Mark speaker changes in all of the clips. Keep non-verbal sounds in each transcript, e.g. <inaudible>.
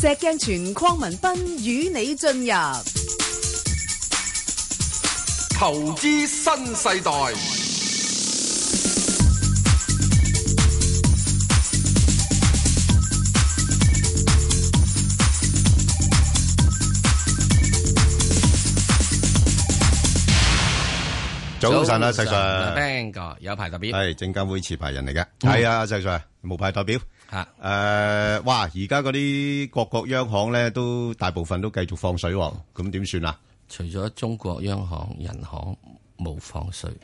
Speaker 1: 石鏡泉鄺民彬與你進入
Speaker 2: 投資新世代。
Speaker 3: 早晨啊，石 Sir。
Speaker 4: ，Bang 哥有排代表
Speaker 3: 係，證監會持牌人嚟嘅。
Speaker 4: 嗯。
Speaker 3: 係啊，石Sir，無牌代表。
Speaker 4: 嚇。
Speaker 3: 誒，哇，而家嗰啲各國央行呢，都大部分都繼續放水喎，咁點算啊？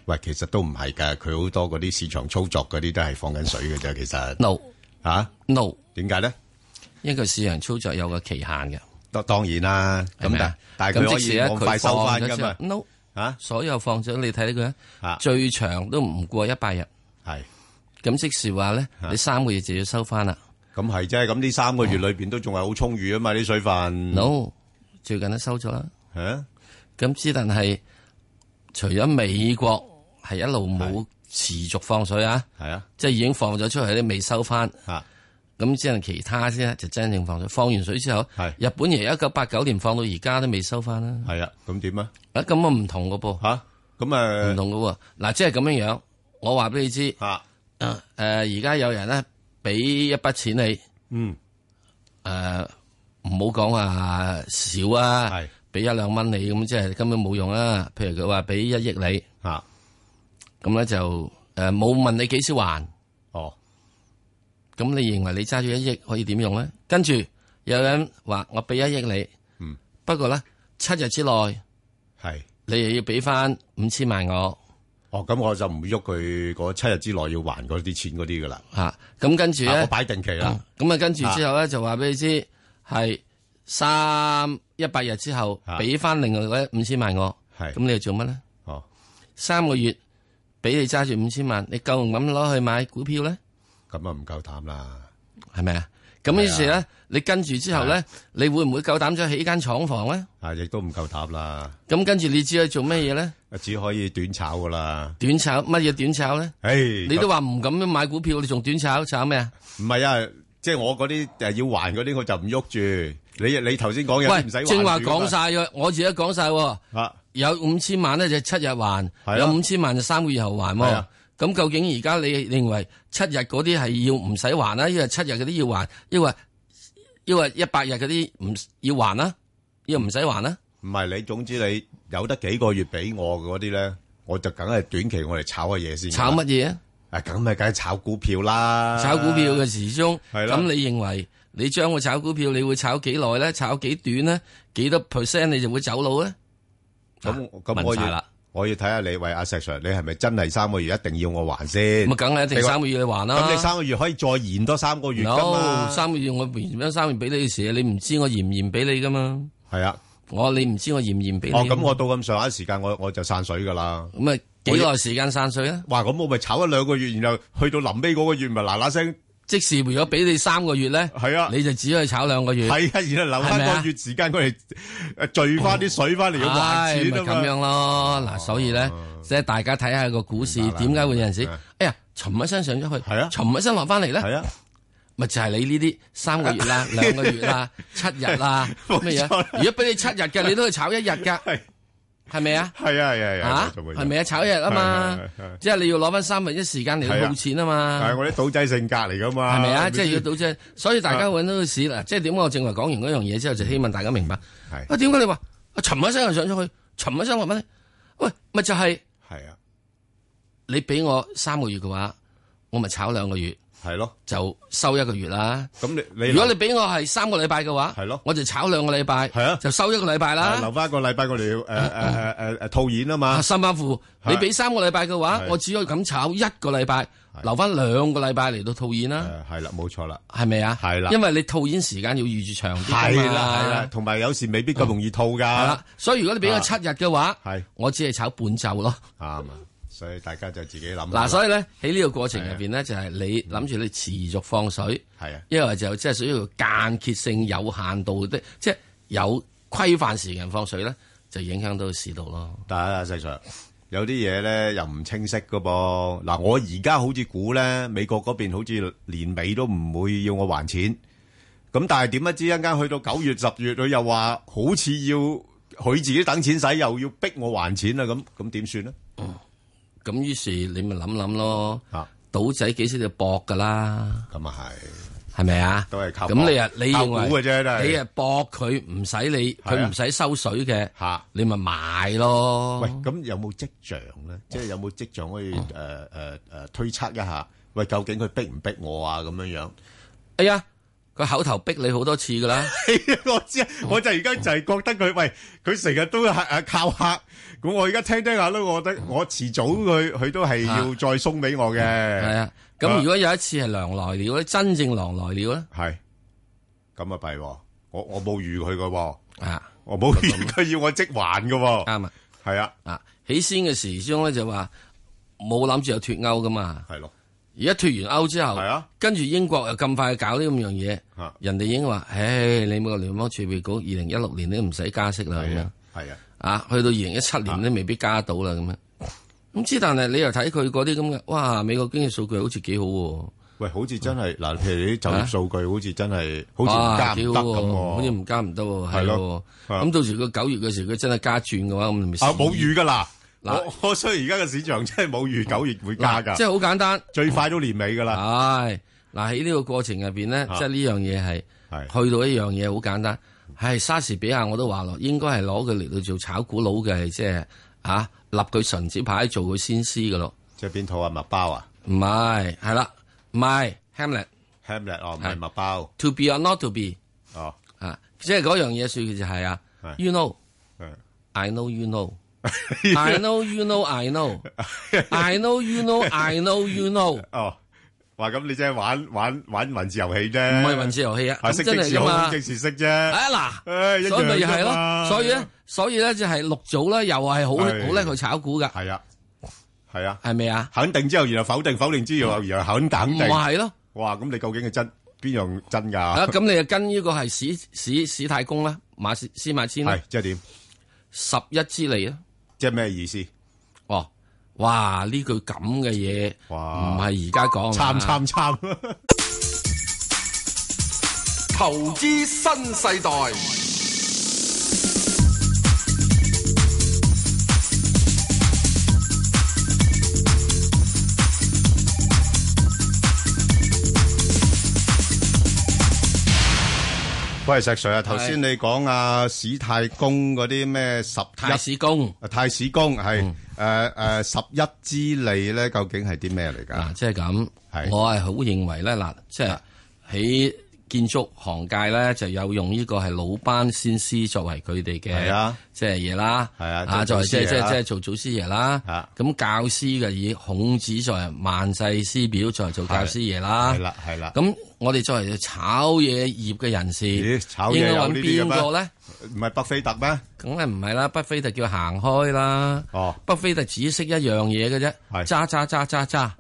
Speaker 3: 喂，其實都唔係㗎，佢好多嗰啲，
Speaker 4: 除咗中國央行、人行冇放水
Speaker 3: 市場操作嗰啲都係放緊水嘅啫，其實。
Speaker 4: ，no no，因為佢市場操作有個期限嘅，
Speaker 3: 嚇？當-當然啦，咁
Speaker 4: 係咪啊？
Speaker 3: 但-但係佢可以
Speaker 4: 即使咧佢放咗
Speaker 3: 按
Speaker 4: 之
Speaker 3: 快收返㗎嘛。
Speaker 4: 後，no，
Speaker 3: 嚇？
Speaker 4: 所有放咗，你睇呢佢
Speaker 3: 嚇
Speaker 4: 啊，最長都唔過一百日，咁即是話咧，
Speaker 3: 嚇
Speaker 4: 你三個月就要收翻啦
Speaker 3: 係，咁係啫，咁呢三個月裏邊都仲係好充裕啊嘛，啲水分。
Speaker 4: ，no，最近都收咗啦，
Speaker 3: 嚇？
Speaker 4: 咁之但係除咗美國係一路冇持續放水啊，即係已經放咗出去，你未收翻。
Speaker 3: 係啊，嚇，係。
Speaker 4: 咁之後其他先就真正放水。放完水之後，
Speaker 3: 係
Speaker 4: 日本由一九八九年放到而家都未收翻啦。
Speaker 3: 系啊，咁點啊？
Speaker 4: 啊，咁我唔同嘅噃，
Speaker 3: 吓，咁诶
Speaker 4: 唔，同嘅喎。嗱，即係咁樣樣，我話俾你知，
Speaker 3: 吓，
Speaker 4: 誒而家有人咧俾一筆錢你，
Speaker 3: 嗯，
Speaker 4: 誒唔好講話少啊
Speaker 3: 係，
Speaker 4: 俾一兩蚊你咁，即係根本冇用啦。譬如佢話俾一億你，
Speaker 3: 吓，
Speaker 4: 咁咧就誒冇問你幾時還，
Speaker 3: 哦，
Speaker 4: 咁你認為你揸住一億可以點用咧？跟住有人話我俾一億你，
Speaker 3: 嗯，
Speaker 4: 不過咧七日之內。
Speaker 3: 係，
Speaker 4: 你又要俾翻五千萬我
Speaker 3: 哦，咁我就唔會喐佢嗰七日之內要還嗰啲錢嗰啲噶啦，
Speaker 4: 嚇，咁跟住
Speaker 3: 啊我
Speaker 4: 咧，
Speaker 3: 擺定期啦，
Speaker 4: 咁啊跟住之後咧就話俾你知係三一百日之後
Speaker 3: 啊
Speaker 4: 俾翻另外嗰五千萬我，
Speaker 3: 係
Speaker 4: 咁你又做乜咧？
Speaker 3: 哦，
Speaker 4: 三個月俾你揸住五千萬，你夠唔咁攞去買股票咧？
Speaker 3: 咁啊唔夠膽啦，
Speaker 4: 係咪啊？咁於是咧，你跟住之後咧，你會唔會夠膽再起間廠房咧？
Speaker 3: 啊，亦都唔夠膽啦，啊
Speaker 4: 咁跟住你只可以做咩嘢咧？
Speaker 3: 只可以短炒噶啦，
Speaker 4: 短炒乜嘢短炒咧？
Speaker 3: 诶，
Speaker 4: 你都話唔敢買股票，你仲短炒炒咩啊？
Speaker 3: 唔係啊，即係我嗰啲诶要還嗰啲我就唔喐住，你你头先講嘢
Speaker 4: 喂
Speaker 3: 唔使，還
Speaker 4: 正話
Speaker 3: 住㗎嘛
Speaker 4: 講晒嘅，我自己講晒喎。
Speaker 3: 啊，
Speaker 4: 有五千萬咧就七日還，
Speaker 3: 係啊
Speaker 4: 有五千萬就三個月後還
Speaker 3: 係
Speaker 4: 喎
Speaker 3: 啊。
Speaker 4: 咁究竟而家你認為七日嗰啲係要唔使還啦，因為七日嗰啲要還，因為因為一百日嗰啲唔要還啦，要唔使還啦。啊
Speaker 3: 唔係你，總之你有得幾個月俾我嗰啲咧，我就梗係短期我嚟炒下嘢先㗎啦，
Speaker 4: 炒乜嘢啊？
Speaker 3: 啊，咁咪梗係炒股票啦！
Speaker 4: 炒股票嘅時鐘，
Speaker 3: 啊係啦
Speaker 4: 咁你認為你將會炒股票，你會炒幾耐咧？炒幾短咧？幾多 percent 你就會走佬咧？
Speaker 3: 咁
Speaker 4: 嗱
Speaker 3: 咁
Speaker 4: 啊問
Speaker 3: 我
Speaker 4: 晒
Speaker 3: 要
Speaker 4: 啦，
Speaker 3: 我要睇下你，喂阿石 Sir，你係咪真係三個月一定要我還先？
Speaker 4: 咁啊，梗係一定
Speaker 3: 你話
Speaker 4: 三個月你還啦。
Speaker 3: 咁你三個月可以再延多三個月噶
Speaker 4: no
Speaker 3: 嘛？
Speaker 4: 三個月我延咗三個月俾你嘅時，你唔知我延唔延俾你噶嘛？
Speaker 3: 係啊，
Speaker 4: 我你唔知我驗唔驗俾你
Speaker 3: 哦
Speaker 4: 啊？
Speaker 3: 咁我到咁上下時間，我我就散水噶啦。
Speaker 4: 咁啊幾耐時間散水啊？
Speaker 3: 哇，咁我咪炒一兩個月，然後去到臨尾嗰個月咪嗱嗱聲，
Speaker 4: 即時如果俾你三個月咧，
Speaker 3: 係啊，
Speaker 4: 你就只可以炒兩個月。
Speaker 3: 係啊，然後留
Speaker 4: 係咪
Speaker 3: 翻
Speaker 4: 啊
Speaker 3: 個月時間佢嚟呃聚翻啲水翻嚟要還
Speaker 4: 唉
Speaker 3: 錢
Speaker 4: 咪
Speaker 3: 啊
Speaker 4: 咁
Speaker 3: 嘛。哦
Speaker 4: 樣咯。嗱，所以咧，即係大家睇下個股市
Speaker 3: 明白啦
Speaker 4: 點解會有陣時
Speaker 3: 明白，
Speaker 4: 哎呀，沉一身上咗去，
Speaker 3: 係啊
Speaker 4: 沉一身落翻嚟咧，
Speaker 3: 係啊，
Speaker 4: 咪就係你呢啲三個
Speaker 3: <laughs>
Speaker 4: 月啦、兩個月啦、七日啦
Speaker 3: 冇
Speaker 4: 咩
Speaker 3: 錯
Speaker 4: 嘢
Speaker 3: 啦？
Speaker 4: 如果俾你七日嘅，你都可以炒一日㗎，
Speaker 3: 係
Speaker 4: 係咪啊？
Speaker 3: 係啊係啊
Speaker 4: 嚇，
Speaker 3: 係啊，
Speaker 4: 係咪啊？炒一日啊
Speaker 3: 係
Speaker 4: 嘛
Speaker 3: 係係係，
Speaker 4: 即係你要攞翻三分一時間嚟
Speaker 3: 係啊
Speaker 4: 到冇錢啊嘛。
Speaker 3: 係我啲賭仔性格嚟噶嘛？
Speaker 4: 係咪啊？
Speaker 3: 係
Speaker 4: 即係要
Speaker 3: 先
Speaker 4: 到即係，所以大家揾到個市嗱，即係點解我正話講完嗰樣嘢之後，就希望大家明白。
Speaker 3: 啊係
Speaker 4: 啊，點解你話啊沉一聲又上咗去，沉一聲落翻嚟？喂，咪就係
Speaker 3: 係啊，
Speaker 4: 你俾我三個月嘅話，我咪炒兩個月
Speaker 3: 係咯。
Speaker 4: 就收一個月啦。
Speaker 3: 咁你你
Speaker 4: 如果你俾我係三個禮拜嘅話，
Speaker 3: 係咯
Speaker 4: 我就炒兩個禮拜，
Speaker 3: 係啊
Speaker 4: 就收一個禮拜
Speaker 3: 啊
Speaker 4: 啦
Speaker 3: 留。翻一個禮拜我哋要誒誒誒誒誒套現啊
Speaker 4: 啊，
Speaker 3: 嘛，
Speaker 4: 三板褲，
Speaker 3: 係
Speaker 4: 你俾三個禮拜嘅話
Speaker 3: 係，
Speaker 4: 我只可以咁炒一個禮拜，留翻兩個禮拜嚟到套現啦，
Speaker 3: 誒係啦，冇錯啦，
Speaker 4: 係咪啊？
Speaker 3: 係啦
Speaker 4: 因為你套現時間要預住長啲啊㗎嘛
Speaker 3: 係啦係啦，啊同埋有時未必咁容易套㗎，
Speaker 4: 系
Speaker 3: 啱
Speaker 4: 啦，所以如果你俾我七日嘅話，
Speaker 3: 係
Speaker 4: 我只係炒半袖咯。
Speaker 3: 啊，所以大家就自己諗
Speaker 4: 嗱，
Speaker 3: 以
Speaker 4: 所以咧喺呢個過
Speaker 3: 啊
Speaker 4: 程入边咧，就係你
Speaker 3: 嗯
Speaker 4: 諗住你持續放水，
Speaker 3: 係啊，
Speaker 4: 因為就即係屬於間歇性有限度的，即係有規範時間放水咧，就影響到市道咯。
Speaker 3: 但係啊，石 Sir 有啲嘢咧又唔清晰㗎噃，嗱我而家好似估咧美國嗰邊好似年尾都唔會要我還錢，咁但係點不知一間去到九月、十月，佢又話好似要佢自己等錢使，又要逼我還錢啦，咁咁點算呢？
Speaker 4: 咁於是你咪諗諗咯
Speaker 3: 啊，
Speaker 4: 賭仔幾時就搏噶啦，
Speaker 3: 咁啊
Speaker 4: 係咪啊？
Speaker 3: 都係靠
Speaker 4: 咁你啊，
Speaker 3: 搏
Speaker 4: 你
Speaker 3: 靠
Speaker 4: 認
Speaker 3: 估
Speaker 4: 為
Speaker 3: 嘅啫都係
Speaker 4: 你啊搏佢唔使你，
Speaker 3: 係
Speaker 4: 佢
Speaker 3: 啊
Speaker 4: 唔使收水嘅，
Speaker 3: 係嚇。
Speaker 4: 你咪買咯。
Speaker 3: 喂，咁有冇跡象咧？即係有冇跡象可以誒誒誒推測一下？喂，究竟佢逼唔逼我啊？咁樣樣。
Speaker 4: 哎呀，佢口頭逼你好多次噶
Speaker 3: <laughs>
Speaker 4: 啦，
Speaker 3: 我知啊，我就而家就係覺得佢喂，佢成日都係誒靠客，咁我而家聽聽下咯，我覺得我遲早佢佢都係要再鬆俾我嘅，
Speaker 4: 係
Speaker 3: 係
Speaker 4: 啊。咁如果有一次係狼來了咧，真正狼來了咧，
Speaker 3: 係咁啊弊喎，我我冇預佢嘅喎，
Speaker 4: 啊
Speaker 3: 我冇預佢要我即還嘅喎，
Speaker 4: 啱啊
Speaker 3: 係啊，
Speaker 4: 啊！起先嘅時鐘咧就話冇諗住有脱歐噶嘛，
Speaker 3: 係咯，
Speaker 4: 而家脱完歐之後，
Speaker 3: 係啊
Speaker 4: 跟住英國又咁快搞呢咁樣嘢，
Speaker 3: 嚇
Speaker 4: 人哋已經話：，唉，你美國聯邦儲備局二零一六年你都唔使加息啦，咁
Speaker 3: 係
Speaker 4: 樣
Speaker 3: 啊，係啊，
Speaker 4: 啊，去到二零一七年都未必加到啦，咁樣。咁之，但係你又睇佢嗰啲咁嘅，哇！美國經濟數據好似幾好喎，
Speaker 3: 喂，好似真係嗱，譬如啲就業數據好似真係好似唔
Speaker 4: 哇
Speaker 3: 加
Speaker 4: 幾
Speaker 3: 唔
Speaker 4: 好
Speaker 3: 得
Speaker 4: 喎，好似
Speaker 3: 咁喎，
Speaker 4: 唔加唔得喎，
Speaker 3: 係
Speaker 4: 係喎
Speaker 3: 咯。啊
Speaker 4: 咁到時佢九月嘅時候，佢真係加轉嘅話，咁你咪
Speaker 3: 啊
Speaker 4: 試
Speaker 3: 冇預㗎啦，
Speaker 4: 嗱
Speaker 3: 我我所以而家嘅市場真係冇預九月會加
Speaker 4: 嗱即
Speaker 3: 㗎，
Speaker 4: 係好簡單。
Speaker 3: 最快都年尾㗎啦，
Speaker 4: 唉，嗱喺呢個過程入邊咧，
Speaker 3: 啊
Speaker 4: 即係呢樣嘢係
Speaker 3: 係
Speaker 4: 去到一樣嘢好簡單，係莎士比亞我都話咯，應該係攞佢嚟到做炒股佬嘅，即係啊立佢神子牌做佢先師嘅咯，
Speaker 3: 即係邊套啊麥包啊？
Speaker 4: 唔係係啦，唔係 Hamlet
Speaker 3: Hamlet 哦，唔
Speaker 4: 係
Speaker 3: 係麥包
Speaker 4: <laughs> to be or not to be
Speaker 3: 哦，
Speaker 4: 啊，即係嗰樣嘢，所以就係啊
Speaker 3: 係
Speaker 4: ，you know
Speaker 3: 係
Speaker 4: I know you know。I know you know I know I know you know I know you know，唔
Speaker 3: <laughs> 哦，話咁你即係玩玩玩文字遊戲啫，
Speaker 4: 係文字遊戲啊，
Speaker 3: 係
Speaker 4: 咁
Speaker 3: 識
Speaker 4: 真
Speaker 3: 即
Speaker 4: 係
Speaker 3: 時
Speaker 4: 噶嘛
Speaker 3: 好，即。時識啫，
Speaker 4: 啊
Speaker 3: 唉
Speaker 4: 嗱，
Speaker 3: 一樣
Speaker 4: 所以咪又係
Speaker 3: 啫嘛
Speaker 4: 咯，所以咧，所以咧就係六組咧，又係好
Speaker 3: 係
Speaker 4: 好叻去炒股噶，
Speaker 3: 係啊，係啊，
Speaker 4: 係咪啊？
Speaker 3: 肯定之後，然後否定，否定之後，然後肯
Speaker 4: 唔
Speaker 3: 肯定，
Speaker 4: 係咯，
Speaker 3: 哇！咁你究竟係真邊樣真
Speaker 4: 啊
Speaker 3: 㗎？
Speaker 4: 咁你就跟呢個係史史史太公啦，馬斯司馬遷啦
Speaker 3: 係即係點？
Speaker 4: 十一之利啦，
Speaker 3: 即係咩意思？
Speaker 4: 哦，哇呢句咁嘅嘢，唔
Speaker 3: 哇
Speaker 4: 係而家講，啊
Speaker 3: 參參 <laughs> 參，
Speaker 2: 投資新世代，
Speaker 3: 喂，石 Sir 啊，頭先你講啊史太公嗰啲咩十
Speaker 4: 太
Speaker 3: 一
Speaker 4: 史公
Speaker 3: 啊太史公係誒誒十一之利咧，究竟係啲咩嚟㗎
Speaker 4: 嗱，？啊即係咁，
Speaker 3: 係啊
Speaker 4: 我係好認為咧嗱，即係喺建築行界咧就有用呢個係魯班先師作為佢哋
Speaker 3: 係
Speaker 4: 嘅
Speaker 3: 啊
Speaker 4: 即係嘢啦，
Speaker 3: 係啊
Speaker 4: 作
Speaker 3: 做
Speaker 4: 為
Speaker 3: 祖師
Speaker 4: 即係即
Speaker 3: 爺
Speaker 4: 係
Speaker 3: 啦
Speaker 4: 即係做祖師爺啦
Speaker 3: 啊，
Speaker 4: 咁教師嘅以孔子作為萬世師表作為做教師爺啦
Speaker 3: 係，啦係啦。
Speaker 4: 咁我哋作為炒嘢業嘅人士，
Speaker 3: 咦炒嘢
Speaker 4: 應該
Speaker 3: 有
Speaker 4: 揾
Speaker 3: 呢啲嘅
Speaker 4: 邊
Speaker 3: 咩
Speaker 4: 個咧？
Speaker 3: 唔係北非特咩？
Speaker 4: 梗係唔係啦，巴菲特叫行開啦，
Speaker 3: 哦，
Speaker 4: 巴菲特只識一樣嘢嘅啫，
Speaker 3: 係
Speaker 4: 揸揸揸揸揸。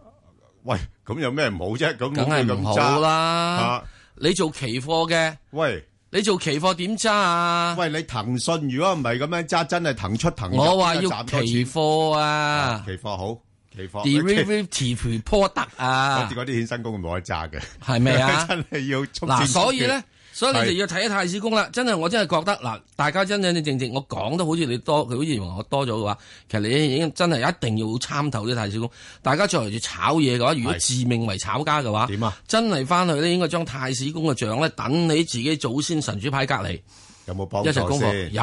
Speaker 3: 喂，咁有咩唔好啫？咁
Speaker 4: 梗係唔好
Speaker 3: 咁揸。
Speaker 4: 啦
Speaker 3: 啊。
Speaker 4: 你做期貨嘅，
Speaker 3: 喂
Speaker 4: 你做期貨點揸啊？
Speaker 3: 喂，你騰訊如果唔係咁樣揸，真係騰出騰入，
Speaker 4: 我話要
Speaker 3: 邊個賺多
Speaker 4: 期
Speaker 3: 錢
Speaker 4: 貨啊
Speaker 3: 期貨好，期貨。
Speaker 4: ，derivative product
Speaker 3: <laughs> 我
Speaker 4: 啊
Speaker 3: 哋，嗰啲衍生工冇得揸嘅，
Speaker 4: 係咪
Speaker 3: <laughs>
Speaker 4: 啊？
Speaker 3: 真係要速戰
Speaker 4: 嗱，
Speaker 3: 速
Speaker 4: 所以
Speaker 3: 決
Speaker 4: 咧，，所以你就要睇一睇太史公啦。真係，我真係覺得嗱，大家真真正正，我講得好似你多，佢好似以為我多咗嘅話，其實你已經真係一定要參透啲太史公。大家作為要炒嘢嘅話，如果
Speaker 3: 係
Speaker 4: 自命為炒家嘅話，
Speaker 3: 點啊？
Speaker 4: 真係翻去咧，應該將太史公嘅像咧，等你自己祖先神主牌隔離
Speaker 3: 有冇幫
Speaker 4: 一齊
Speaker 3: 助
Speaker 4: 功課。
Speaker 3: 先？
Speaker 4: 有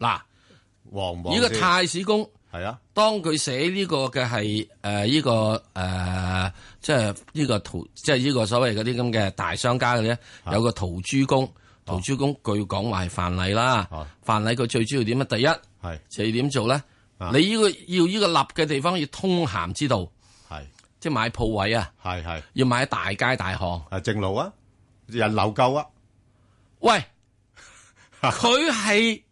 Speaker 4: 嗱，
Speaker 3: 旺唔旺
Speaker 4: 呢個
Speaker 3: 先
Speaker 4: 太史公
Speaker 3: 係啊，
Speaker 4: 當佢寫呢個嘅係誒呢個誒、呃即係呢個陶，即係呢個所謂嗰啲咁嘅大商家嘅咧，有個陶朱公。陶朱公據講話係范蠡啦
Speaker 3: 哦，
Speaker 4: 范蠡佢最主要點啊？第一
Speaker 3: 係
Speaker 4: 就要點做咧？
Speaker 3: 啊
Speaker 4: 你呢個要呢個立嘅地方要通鹹之道，
Speaker 3: 係
Speaker 4: 即係買鋪位啊，
Speaker 3: 係係
Speaker 4: 要買喺大街大巷。
Speaker 3: 啊，正路啊，人流夠啊，
Speaker 4: 喂，佢係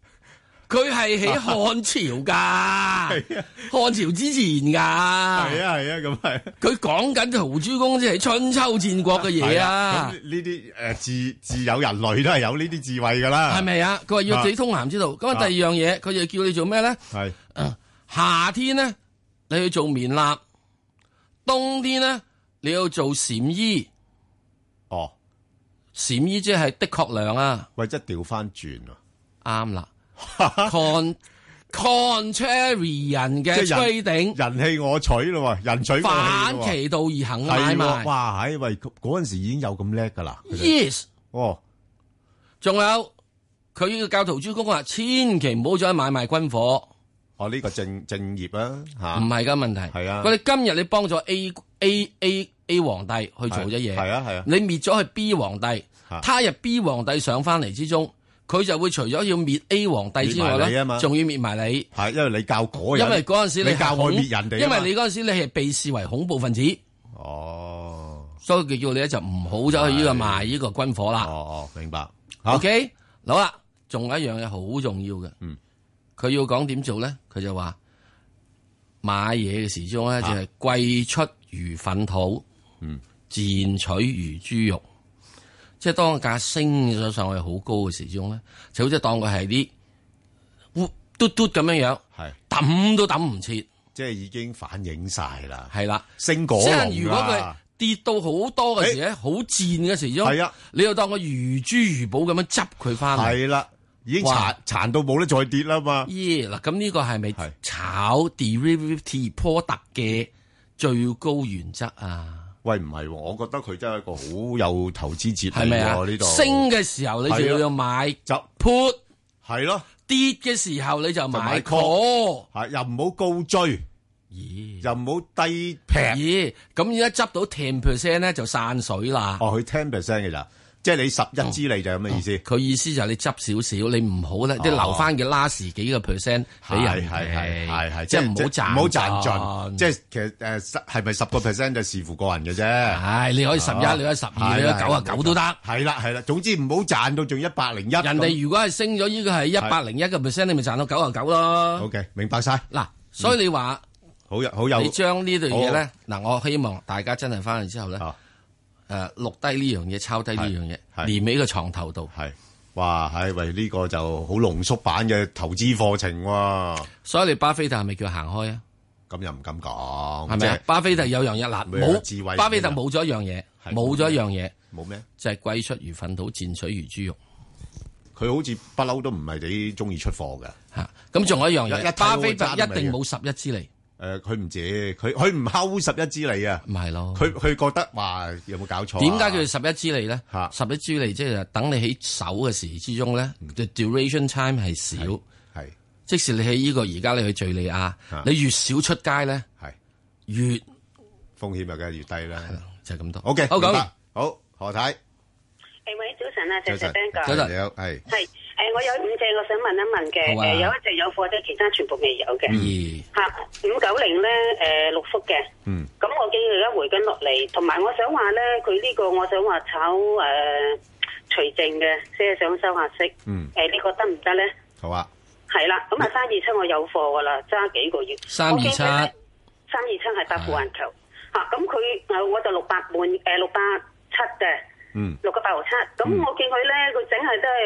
Speaker 4: 佢係喺漢朝㗎，漢朝之前
Speaker 3: <laughs>
Speaker 4: 㗎。
Speaker 3: 係啊係啊，咁係。
Speaker 4: 佢講緊陶朱公即係春秋戰國嘅嘢啊
Speaker 3: 咁，呢啲誒自自有人類都係有呢啲智慧㗎啦，
Speaker 4: 係咪啊？佢話要己通函之道。咁啊，
Speaker 3: 啊
Speaker 4: 第二樣嘢，佢就叫你做咩咧？
Speaker 3: 係
Speaker 4: 夏天咧，你去做棉衲；冬天咧，你要做禪衣。
Speaker 3: 哦，
Speaker 4: 禪衣即係的確量啊，
Speaker 3: 喂，即係調翻轉啊！<laughs>
Speaker 4: 啱啦。Con contrary 人嘅
Speaker 3: 即係
Speaker 4: 規定，
Speaker 3: 人氣我取咯喎，人取我
Speaker 4: 反
Speaker 3: 棄
Speaker 4: 其道而行
Speaker 3: 咯喎
Speaker 4: 買
Speaker 3: 係喎
Speaker 4: 賣。
Speaker 3: 哇！唉，喂，嗰嗰陣時已經有咁叻噶啦，佢哋
Speaker 4: Yes，
Speaker 3: 哦，
Speaker 4: 仲有佢呢個教徒諸公話，千祈唔好再買賣軍火，
Speaker 3: 哦呢個正正業啊嚇，
Speaker 4: 唔係㗎問題。
Speaker 3: 係啊
Speaker 4: 我哋今日你幫咗 A A A A 皇帝去做咗嘢，
Speaker 3: 係啊係啊
Speaker 4: 你滅咗去 B 皇帝
Speaker 3: 啊，
Speaker 4: 他日 B 皇帝上翻嚟之中，佢就會除咗要滅 A 皇帝之外
Speaker 3: 滅埋你啊
Speaker 4: 咧
Speaker 3: 嘛，
Speaker 4: 仲要滅埋你。
Speaker 3: 係啊因為你教嗰人，
Speaker 4: 因為嗰陣時
Speaker 3: 你
Speaker 4: 你
Speaker 3: 教我
Speaker 4: 係
Speaker 3: 滅人哋啊
Speaker 4: 因
Speaker 3: 嘛，
Speaker 4: 為你嗰陣時你係被視為恐怖分子，
Speaker 3: 哦
Speaker 4: 所以佢叫你咧就唔好走去呢個賣呢個軍火
Speaker 3: 哦
Speaker 4: 啦。
Speaker 3: 哦，明白嚇
Speaker 4: 啊 OK，好啦，仲有一樣嘢好重要嘅，
Speaker 3: 嗯
Speaker 4: 佢要講點做咧？佢就話買嘢嘅時鐘咧就係貴出如糞土，
Speaker 3: 嗯，
Speaker 4: 賤取如豬肉，即係當個價升咗上去好高嘅時鐘咧，就好似當佢係啲烏嘟嘟咁樣樣，
Speaker 3: 係
Speaker 4: 抌都抌唔切，
Speaker 3: 即係已經反映晒啦，
Speaker 4: 係啦。
Speaker 3: 升果
Speaker 4: 即
Speaker 3: 龍啊
Speaker 4: 係如果佢跌到好多嘅時咧，好賤嘅時鐘，
Speaker 3: 係啊，
Speaker 4: 你又當佢如珠如寶咁樣執佢翻嚟。
Speaker 3: 係啦，已經
Speaker 4: 哇
Speaker 3: 殘殘到冇得再跌啦嘛，
Speaker 4: 耶！嗱，咁呢個係
Speaker 3: 係
Speaker 4: 咪炒 derivative product 嘅最高原則啊？
Speaker 3: 喂唔係喎，我覺得佢真係一個好有投資哲
Speaker 4: 係
Speaker 3: 理
Speaker 4: 咪啊
Speaker 3: 喎呢？度
Speaker 4: 升嘅時候你
Speaker 3: 係啊
Speaker 4: 就要買
Speaker 3: 就
Speaker 4: put，
Speaker 3: 係咯。
Speaker 4: 跌嘅時候你就
Speaker 3: 就買
Speaker 4: 買 call。
Speaker 3: 吓又唔好高追，
Speaker 4: 咦？
Speaker 3: 又唔好低劈。
Speaker 4: 咦？咁而家執到 ten percent 咧就散水啦。
Speaker 3: 哦，佢 ten percent 嘅咋，即係你十一之利就係咁嘅意思。
Speaker 4: 佢意思就係你執少少，你唔好咧，即係留翻嘅 last 幾個 percent
Speaker 3: 哦
Speaker 4: 俾
Speaker 3: 係
Speaker 4: 人
Speaker 3: 係係係係，
Speaker 4: 即係唔好
Speaker 3: 即係
Speaker 4: 賺，
Speaker 3: 唔好賺盡。即係其實誒，十係咪十個 percent 就視乎個人嘅啫。
Speaker 4: 唉，你可以十一，
Speaker 3: 啊
Speaker 4: 你可以十
Speaker 3: 係啦
Speaker 4: 二，你可以九啊九都得。
Speaker 3: 係啦係啦，總之唔好賺到仲一百零一。
Speaker 4: 人哋如果係升咗呢個係一百零一個 percent，你咪賺到九啊九咯。
Speaker 3: OK 明白晒，
Speaker 4: 嗱，所以你話
Speaker 3: 好有好有
Speaker 4: 你將呢對嘢咧，嗱，我希望大家真係翻去之後咧，
Speaker 3: 啊
Speaker 4: 誒錄低呢樣嘢，抄低呢樣
Speaker 3: 係
Speaker 4: 嘢，連喺個床頭度。
Speaker 3: 係哇係喂呢個就好濃縮版嘅投資課程喎，
Speaker 4: 所以你巴菲特係咪叫行開啊？
Speaker 3: 咁又唔敢講，
Speaker 4: 係咪啊？巴菲特有樣嘢嗱，
Speaker 3: 咩智慧
Speaker 4: 冇巴菲特
Speaker 3: 先啊
Speaker 4: 冇咗一樣嘢，
Speaker 3: 係
Speaker 4: 冇咗一樣嘢。
Speaker 3: 即係冇咩？
Speaker 4: 就係貴出如糞土，賤取如豬肉
Speaker 3: 佢好似不嬲都唔係幾中意出貨嘅。
Speaker 4: 嚇。咁仲有一樣
Speaker 3: 一一睇
Speaker 4: 嘢，巴菲特
Speaker 3: 我
Speaker 4: 一
Speaker 3: 就揸得啊
Speaker 4: 定冇十一之利，
Speaker 3: 诶，佢唔止，佢佢唔睺十一之利啊！
Speaker 4: 唔係咯？
Speaker 3: 佢佢覺得話有冇搞錯啊？
Speaker 4: 點解叫十一之利咧
Speaker 3: 嚇？嗯
Speaker 4: 十一之利即係等你喺手嘅時之中咧，the duration time 係少。
Speaker 3: 係
Speaker 4: 即使你喺呢個而家你去敍利亞，你越少出街咧，
Speaker 3: 係
Speaker 4: <laughs> 越
Speaker 3: 風險啊，梗係越低啦。
Speaker 4: 就係咁多。
Speaker 3: O K，
Speaker 4: 好
Speaker 3: 明
Speaker 4: 咁
Speaker 3: 白。好，何太，
Speaker 5: 誒喂，早晨啊，
Speaker 3: 早
Speaker 5: 石
Speaker 3: 晨
Speaker 5: 石 Ben 哥，
Speaker 4: 早晨
Speaker 3: 你好，係
Speaker 5: 係誒，我有五隻，我想問一問嘅，
Speaker 4: 好啊嗯
Speaker 5: 誒有一隻有貨啫，其他全部未有嘅。
Speaker 4: 咦
Speaker 5: 嚇五九零咧，誒六福嘅，
Speaker 3: 嗯，
Speaker 5: 咁我見佢而家回緊落嚟，同埋我想話咧，佢呢個我想話炒誒除淨嘅，即係想收下息，
Speaker 3: 嗯
Speaker 5: 誒你覺得唔得咧？
Speaker 3: 好啊，
Speaker 5: 係啦，咁啊三二七我有貨噶啦，揸幾個月。
Speaker 4: 嗯三二七
Speaker 5: 我見佢呢三二七係百富環球嚇，咁佢誒我就六百半誒六百七嘅，
Speaker 3: 嗯，
Speaker 5: 六個八毫七。咁我見佢咧，佢整係都係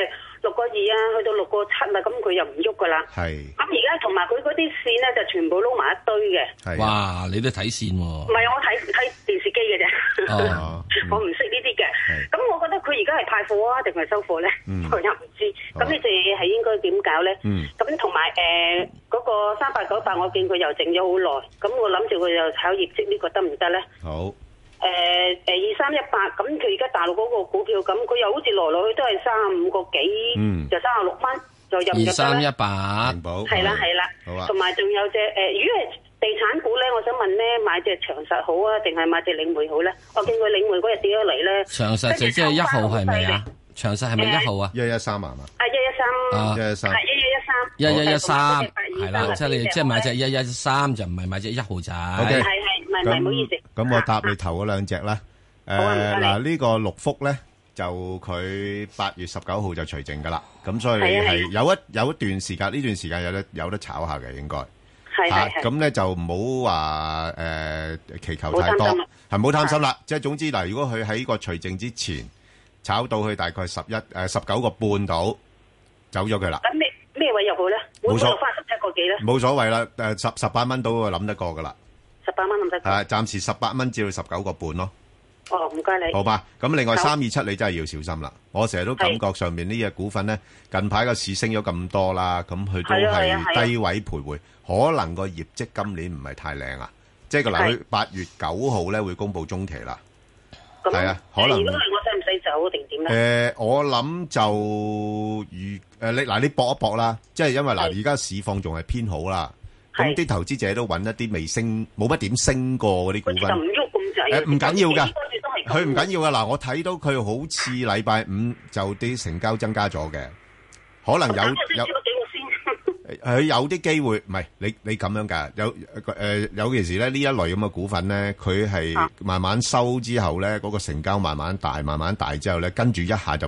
Speaker 5: 六個二啊，去到六個七啦，咁佢又唔喐噶啦。
Speaker 3: 係
Speaker 5: 咁而家同埋佢嗰啲線咧，就全部撈埋一堆嘅。
Speaker 3: 係，啊
Speaker 4: 哇！你都睇線
Speaker 5: 唔
Speaker 4: 喎。
Speaker 5: 係我睇睇電視機嘅啫， <laughs>
Speaker 4: 哦
Speaker 5: 我唔識呢啲嘅
Speaker 3: 嗯係。
Speaker 5: 咁我覺得佢而家係派貨啊，定係收貨咧？
Speaker 3: 嗯
Speaker 5: 我又唔知。
Speaker 3: 好
Speaker 5: 咁
Speaker 3: 啊
Speaker 5: 呢隻嘢係應該點搞咧
Speaker 3: 嗯？
Speaker 5: 咁同埋誒嗰個三八九八，我見佢又整咗好耐。咁我諗住佢又炒業績呢個得唔得咧？
Speaker 3: 好
Speaker 5: 誒誒二三一八，咁佢而家大陸嗰個股票，咁佢又好似來來去都係三十五個
Speaker 3: 嗯
Speaker 5: 幾，就三十六蚊，就入唔
Speaker 4: 二
Speaker 5: 入得
Speaker 4: 三
Speaker 5: 咧
Speaker 4: 一？八
Speaker 3: 平保，
Speaker 5: 係啦係啦
Speaker 3: 好啊，
Speaker 5: 同埋仲有隻誒、呃如果係地產股咧，我想問咧，買隻長實好啊，定係買隻領匯好咧？我見佢領匯嗰日跌咗嚟咧，
Speaker 4: 長實就即係一號係咪啊？長實係咪一號啊？
Speaker 3: 一一三啊嘛，
Speaker 5: 啊一
Speaker 4: 啊
Speaker 5: 一
Speaker 3: 一一
Speaker 5: 三，
Speaker 3: 三
Speaker 5: 係一一一三，
Speaker 4: 一一一三係
Speaker 5: 係
Speaker 4: 啦，即係你即係買隻一一三就唔係買隻一號仔。
Speaker 5: 係
Speaker 3: OK
Speaker 5: 係，唔係唔係，唔好意
Speaker 3: 咁
Speaker 5: 思。
Speaker 3: 咁我答你頭嗰兩隻啦。Ờ, 誒
Speaker 5: 好啊唔該你
Speaker 3: 嗱，呢個六福咧就佢八月十九號就除證噶啦，咁所以
Speaker 5: 係啊係啊
Speaker 3: 係有一有一段時間，呢段時間有得有得炒下嘅應該。
Speaker 5: 係
Speaker 3: 啊
Speaker 5: 係係。
Speaker 3: 咁咧就唔好話誒祈求太多，
Speaker 5: 唔好擔心啦
Speaker 3: 係唔好貪心啦。即係總之嗱，如果佢喺個除證之前炒到去大概十一誒十九個半度，走咗佢啦，
Speaker 5: 咁咩咩位入好咧？會唔
Speaker 3: 冇錯
Speaker 5: 會落翻十七個幾咧？
Speaker 3: 冇所謂啦。誒十十八蚊到就諗得過噶啦。
Speaker 5: 十八蚊咁得
Speaker 3: 誒，
Speaker 5: 㗎？
Speaker 3: 暫時十八蚊至到十九個半咯。
Speaker 5: 哦，唔該你。
Speaker 3: 好吧，咁另外
Speaker 5: 好
Speaker 3: 三二七你真係要小心啦。我成日都感覺上面呢只股份呢，近排個市升咗咁多啦，咁佢都
Speaker 5: 係啊係啊係
Speaker 3: 係
Speaker 5: 啊
Speaker 3: 低位徘徊，可能個業績今年唔係太靚啊。即係個嗱，
Speaker 5: 係
Speaker 3: 佢八月九號咧會公布中期啦。
Speaker 5: 咁
Speaker 3: 係啊可能
Speaker 5: 如果係我使唔使走定點咧？
Speaker 3: 诶、我諗就如诶、你嗱，你搏一搏啦，即係因為嗱，
Speaker 5: 係
Speaker 3: 而家市況仲係偏好啦，咁
Speaker 5: 係
Speaker 3: 啲投資者都揾一啲未升、冇乜點升過嗰啲股份。
Speaker 5: 佢就唔喐咁滯。
Speaker 3: 誒唔緊要㗎
Speaker 5: 幾個月都係咁
Speaker 3: 佢唔緊要噶嗱，我睇到佢好似禮拜五就啲成交增加咗嘅，可能有有
Speaker 5: <laughs> 咁我先知道幾個先。
Speaker 3: 佢有啲機會，唔係你你咁樣㗎，有誒、呃有件事咧呢一類咁嘅股份咧，佢係
Speaker 5: 啊
Speaker 3: 慢慢收之後咧，嗰、個成交慢慢大，慢慢大之後咧，跟住一下就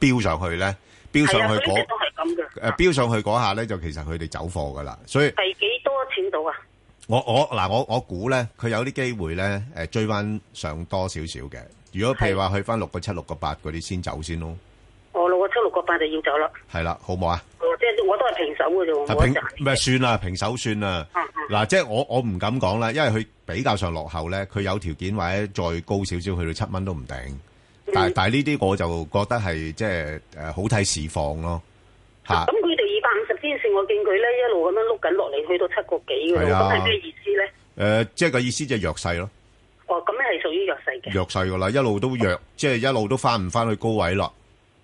Speaker 3: 飆上去咧，飆上
Speaker 5: 係啊，
Speaker 3: 去
Speaker 5: 佢一
Speaker 3: 嗰
Speaker 5: 直都係咁嘅。
Speaker 3: 誒飆上去嗰下咧，就其實佢哋走貨㗎啦，所以。
Speaker 5: 係幾多錢到啊？
Speaker 3: 我我嗱我我估咧，佢有啲機會咧，誒追翻上多少少嘅。如果譬如話去翻六個七、六個八嗰啲先走先咯，
Speaker 5: 我六個七六個八就要走啦。
Speaker 3: 係啦，好唔好啊？
Speaker 5: 我即係我啊都係平手嘅啫喎，
Speaker 3: 係
Speaker 5: 我
Speaker 3: 平
Speaker 5: 賺嘅。
Speaker 3: 唔係算啦，平手算啦。
Speaker 5: 嗯嗯
Speaker 3: 嗱，即係我我唔敢講啦，因為佢比較上落後咧，佢有條件或者再高少少去到七蚊都唔定。
Speaker 5: 嗯
Speaker 3: 但係但係呢啲我就覺得係即係誒好睇市況咯，嚇
Speaker 5: 咁佢哋二百五十天線，我見佢咧一路咁樣碌緊落嚟，去到七個幾嘅
Speaker 3: 係啊
Speaker 5: 咯。咁係咩意思咧？
Speaker 3: 誒，即係個意思就係弱勢咯。
Speaker 5: 哦，咁係屬於弱勢嘅。
Speaker 3: 弱勢噶啦，一路都弱，即係一路都翻唔翻去高位咯，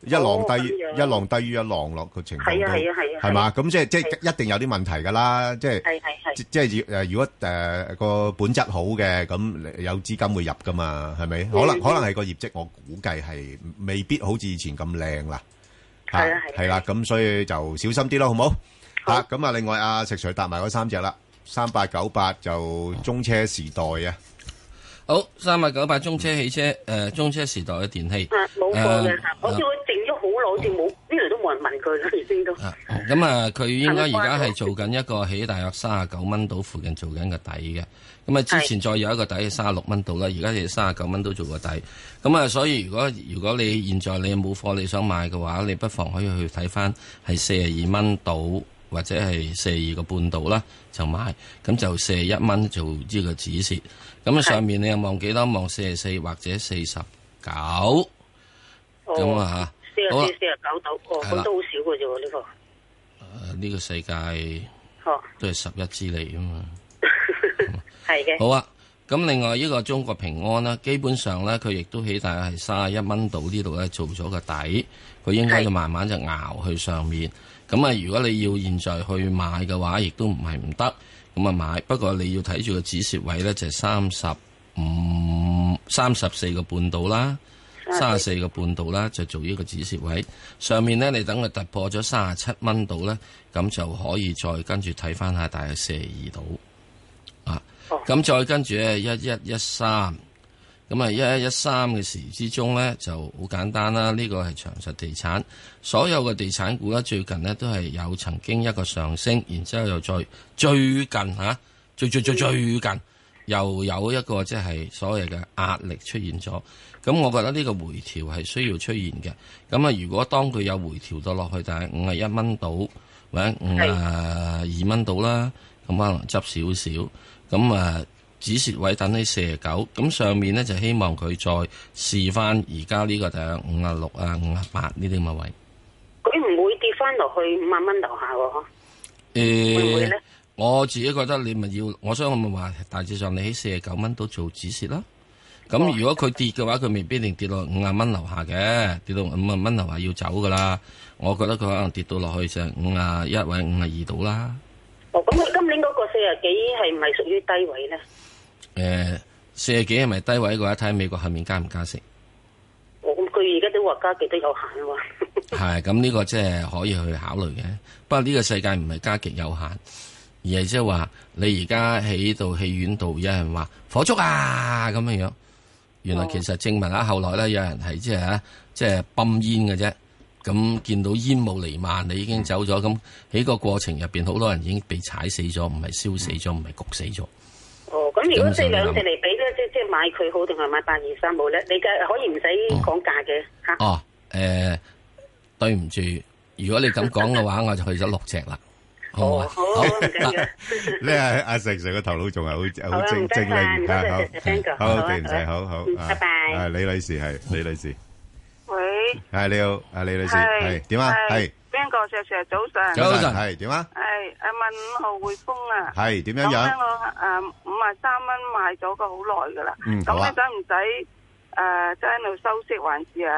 Speaker 3: 一浪低
Speaker 5: 哦咁樣
Speaker 3: 一浪低於一浪落個情況
Speaker 5: 係啊
Speaker 3: 都
Speaker 5: 係啊係啊
Speaker 3: 係嘛？咁即係即
Speaker 5: 係
Speaker 3: 係一定有啲問題噶啦，即係
Speaker 5: 係係係。
Speaker 3: 即即係要誒，如果誒個本質好嘅，咁有資金會入噶嘛，係
Speaker 5: 嗯
Speaker 3: 咪？可能可能係個業績，我估計係未必好似以前咁靚啦，嚇
Speaker 5: 係啊係啊
Speaker 3: 係啦，咁所以就小心啲咯，好唔好？
Speaker 5: 好
Speaker 3: 嚇咁啊！另外阿石 Sir 搭埋嗰三隻啦，三八九八就中車時代啊。
Speaker 4: 好，三八九八中車汽車，诶，中車時代嘅電器
Speaker 5: 啊，冇貨嘅
Speaker 4: 誒
Speaker 5: 嚇，
Speaker 3: 啊
Speaker 5: 好似佢靜咗好耐，好似冇
Speaker 3: 哦
Speaker 5: 呢度都冇人問佢啦，已經都。
Speaker 4: 啊咁啊，佢應該而家係做緊一個喺大約三十九蚊度附近做緊個底嘅。咁啊，之前再有一個底係三十六蚊度啦，而家係三十九蚊都做個底。咁啊，所以如果如果你現在你冇貨你想買嘅話，你不妨可以去睇翻係四十二蚊度或者係四十二個半度啦，就買。咁就四十一蚊做呢個止蝕。咁啊，上面你又望幾多？望四十四或者四十九咁
Speaker 5: 哦，
Speaker 4: 啊
Speaker 5: 四
Speaker 4: 嚇。
Speaker 5: 啊
Speaker 4: 好啦
Speaker 5: 四，四啊九到，哦，
Speaker 4: 係啦
Speaker 5: 咁都好少嘅啫喎呢個。
Speaker 4: 誒呢個世界。
Speaker 5: 哦，
Speaker 4: 都係十一之利啊嘛。
Speaker 5: <laughs> 係嘅。
Speaker 4: 好啊，咁另外呢個中國平安啦，基本上咧佢亦都起大係三十一蚊度呢度咧做咗個底，佢應該
Speaker 5: 係
Speaker 4: 就慢慢就熬去上面。咁啊，如果你要現在去買嘅話，亦都唔係唔得，咁啊買。不過你要睇住個止蝕位咧，就係三十五、三十四個半度啦。三十四個半度啦，就做呢個止蝕位。上面呢，你等佢突破咗三十七蚊度呢，咁就可以再跟住睇翻下大約四十二度啊。
Speaker 5: 哦
Speaker 4: 咁再跟住咧一一一三，咁啊一一一三嘅時之中呢，就好簡單啦。呢、個係長實地產，所有嘅地產股呢，最近呢都係有曾經一個上升，然之後又再最近嚇、啊最最最最近又有一個即係所謂嘅壓力出現咗。咁我覺得呢個回調係需要出現嘅。咁啊，如果當佢有回調到落去，但係五啊一蚊到或者五啊二蚊到啦，咁可能執少少。咁啊，止蝕位等喺四啊九。咁上面呢，就希望佢再試翻而家呢個大約五啊六啊五啊八呢啲咁嘅位。
Speaker 5: 佢唔會跌翻落去五萬蚊樓下喎，嗬
Speaker 4: 誒、
Speaker 5: 會唔會呢
Speaker 4: 我自己覺得你咪要，我想我咪話大致上你喺四十九蚊度做止蝕啦。
Speaker 5: 哦
Speaker 4: 咁如果佢跌嘅話，佢未必一定跌落五廿蚊樓下嘅，跌到五廿蚊樓下要走噶啦。我覺得佢可能跌到落去就五廿一或者五廿二度啦。
Speaker 5: 哦，咁佢今年嗰個四啊幾係唔係屬於低位咧？
Speaker 4: 誒、四十幾係咪低位嘅話，睇下美國後面加唔加息。
Speaker 5: 哦，咁佢而家都話加幾都有限
Speaker 4: <laughs>
Speaker 5: 喎。 <laughs>
Speaker 4: 係咁呢個即係可以去考慮嘅。不過呢個世界唔係加極有限，而係即係話你而家喺度戲院度有人話火燭啊咁樣樣，原來其實證明啊啦，後來咧有人係即係啊即係泵煙嘅啫。咁見到煙霧瀰漫，你已經走咗。咁喺個過程入邊，好多人已經被踩死咗，唔係燒死咗，唔係焗死咗。
Speaker 5: 哦，咁如果
Speaker 4: 咁啊
Speaker 5: 即
Speaker 4: 就
Speaker 5: 係兩隻嚟比咧，即即係買佢好定係買八二三好咧？你嘅可以唔使講價嘅嚇。
Speaker 4: 哦，誒、對唔住，如果你咁講嘅話，我就去咗六隻啦。好唔好啊？
Speaker 5: 哦好唔緊
Speaker 4: <laughs>
Speaker 5: 要。
Speaker 3: <laughs> 呢個係-阿石Sir個頭腦仲係好-好
Speaker 5: 好啊，
Speaker 3: 精-
Speaker 5: 唔該晒，
Speaker 3: 精靈，
Speaker 5: 唔該晒，
Speaker 3: 啊，好。
Speaker 5: 石Sir，thank you，
Speaker 3: 好，
Speaker 5: 好啊，
Speaker 3: 唔使，
Speaker 5: 好啊。
Speaker 3: 好，好，
Speaker 5: 嗯，
Speaker 3: 啊，
Speaker 5: 拜拜。
Speaker 3: 啊，李女士係，李女士。係，你好，啊，李女士，
Speaker 6: 喂，
Speaker 3: 係，
Speaker 5: 嗯
Speaker 3: 係，點啊？
Speaker 6: 系边个石 Sir 早晨？
Speaker 4: 早晨
Speaker 3: 啊
Speaker 6: 系诶問五號匯豐啊，咁
Speaker 3: 係，點啊？係，點樣樣？
Speaker 6: 咧我诶五啊三蚊買咗個好耐噶啦，
Speaker 3: 嗯
Speaker 6: 咁
Speaker 3: 好啊
Speaker 6: 咧使唔使诶即係喺度收息，還是诶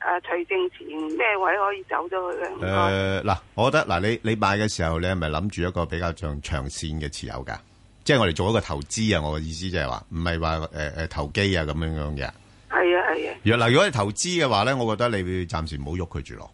Speaker 6: 诶除正前咩位可以走咗去嘅？唔該
Speaker 3: 誒，嗱，我覺得，嗱，你-你買嘅時候，你係咪諗住一個比較長長線嘅持有㗎？即係我哋做一個投資啊，我嘅意思即係話，唔係話，誒，誒，投機啊，咁樣樣嘅。
Speaker 6: 係啊係啊，
Speaker 3: 若嗱，如果係投資嘅話咧，我覺得你暫時唔好喐佢住咯。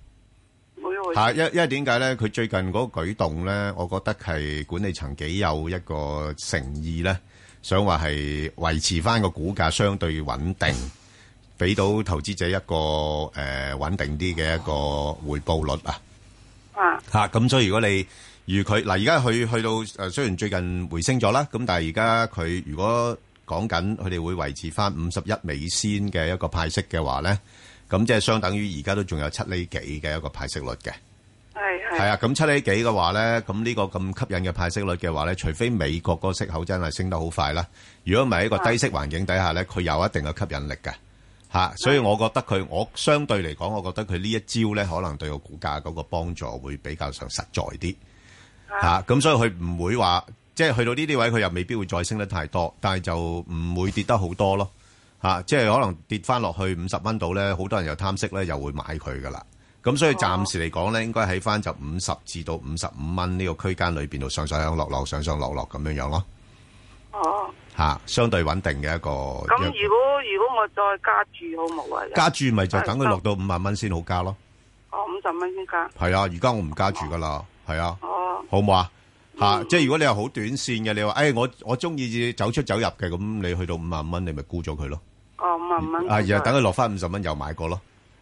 Speaker 6: 每個
Speaker 3: 嚇，
Speaker 6: 匯
Speaker 3: 因因為點解咧？佢最近嗰個舉動咧，我覺得係管理層幾有一個誠意咧，想話係維持翻個股價相對穩定， <laughs> 俾到投資者一個誒、呃、穩定啲嘅一個回報率啊。
Speaker 6: 啊
Speaker 3: 吓，咁、所以如果你預佢嗱，而家佢去到誒、呃，雖然最近回升咗啦，咁但係而家佢如果講緊佢哋會維持翻五十一美仙嘅一個派息嘅話咧，咁即係相等於而家都仲有七厘幾嘅一個派息率嘅。
Speaker 6: 係
Speaker 3: 係
Speaker 6: 係
Speaker 3: 啊，咁七厘幾嘅話咧，咁呢個咁吸引嘅派息率嘅話咧，除非美國嗰個息口真係升得好快啦，如果唔係喺一個低息環境底下咧，佢有一定嘅吸引力嘅嚇、所以我覺得佢我相對嚟講，我覺得佢呢一招咧，可能對個股價嗰個幫助會比較上實在啲嚇，咁、所以佢唔會話即係去到呢啲位，佢又未必會再升得太多，但係就唔會跌得好多咯嚇、即係可能跌翻落去五十蚊度咧，好多人又貪息咧，又會買佢噶啦。咁
Speaker 6: 哦
Speaker 3: 所以暫時嚟講咧，應該喺翻就五十至到五十五蚊呢個區間裏邊度上上落落、上上落落咁樣樣咯，
Speaker 6: 哦，
Speaker 3: 嚇、相對穩定嘅一個。
Speaker 6: 咁
Speaker 3: 一
Speaker 6: 如果如果我再加注好冇啊？
Speaker 3: 加注咪就等佢落到五萬蚊先好加咯，
Speaker 6: 哦五十蚊先加，
Speaker 3: 係啊，而家我唔加注噶啦，係啊，
Speaker 6: 哦
Speaker 3: 好唔好啊？嚇、
Speaker 6: 嗯
Speaker 3: 即係如果你係好短線嘅，你話誒、哎我我中意走出走入嘅，咁你去到五萬蚊，你咪沽咗佢咯，
Speaker 6: 哦五十蚊
Speaker 3: 啊，然後等佢落翻五十蚊又買過咯。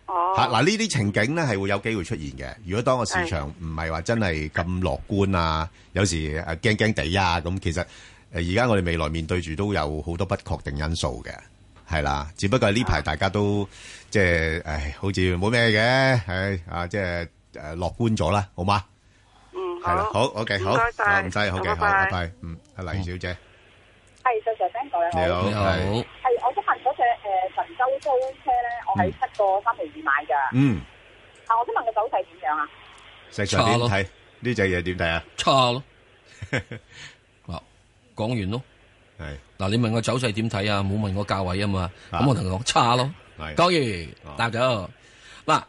Speaker 6: 哦
Speaker 3: 嚇嗱，呢啲情景咧係會有機會出現嘅。如果當個市場唔係話真係咁樂觀啊，有時誒驚驚地啊，咁其實誒而家我哋未來面對住都有好多不確定因素嘅，係啦。只不過呢排大家都即係唉，好似冇咩嘅，唉啊，即係誒樂觀咗啦，好嘛？
Speaker 6: 嗯
Speaker 3: 係啦，好 OK，好，
Speaker 6: 唔該晒
Speaker 3: 啊唔使，好嘅，好，拜
Speaker 6: 拜拜
Speaker 3: 拜，嗯，阿黎小姐，
Speaker 7: 係細 Sir 聽過你
Speaker 3: 你
Speaker 7: 好，
Speaker 3: 好，
Speaker 4: 你
Speaker 3: 係
Speaker 4: 好，
Speaker 7: 係我想問嗰只誒神州租車咧，我喺七個三毫二買㗎。
Speaker 3: 嗯，
Speaker 7: 啊，我想問個走勢點樣啊？
Speaker 3: 石 Sir
Speaker 4: 差
Speaker 3: 點
Speaker 4: 咯
Speaker 3: 睇呢隻嘢點睇啊？
Speaker 4: 差咯。 <laughs> 嗱，講完咯。
Speaker 3: 係
Speaker 4: 嗱，你問我走勢點睇啊？冇問我價位啊嘛。
Speaker 3: 啊
Speaker 4: 咁我同佢講差咯。
Speaker 3: 係
Speaker 4: 當然
Speaker 3: 哦
Speaker 4: 答咗。嗱，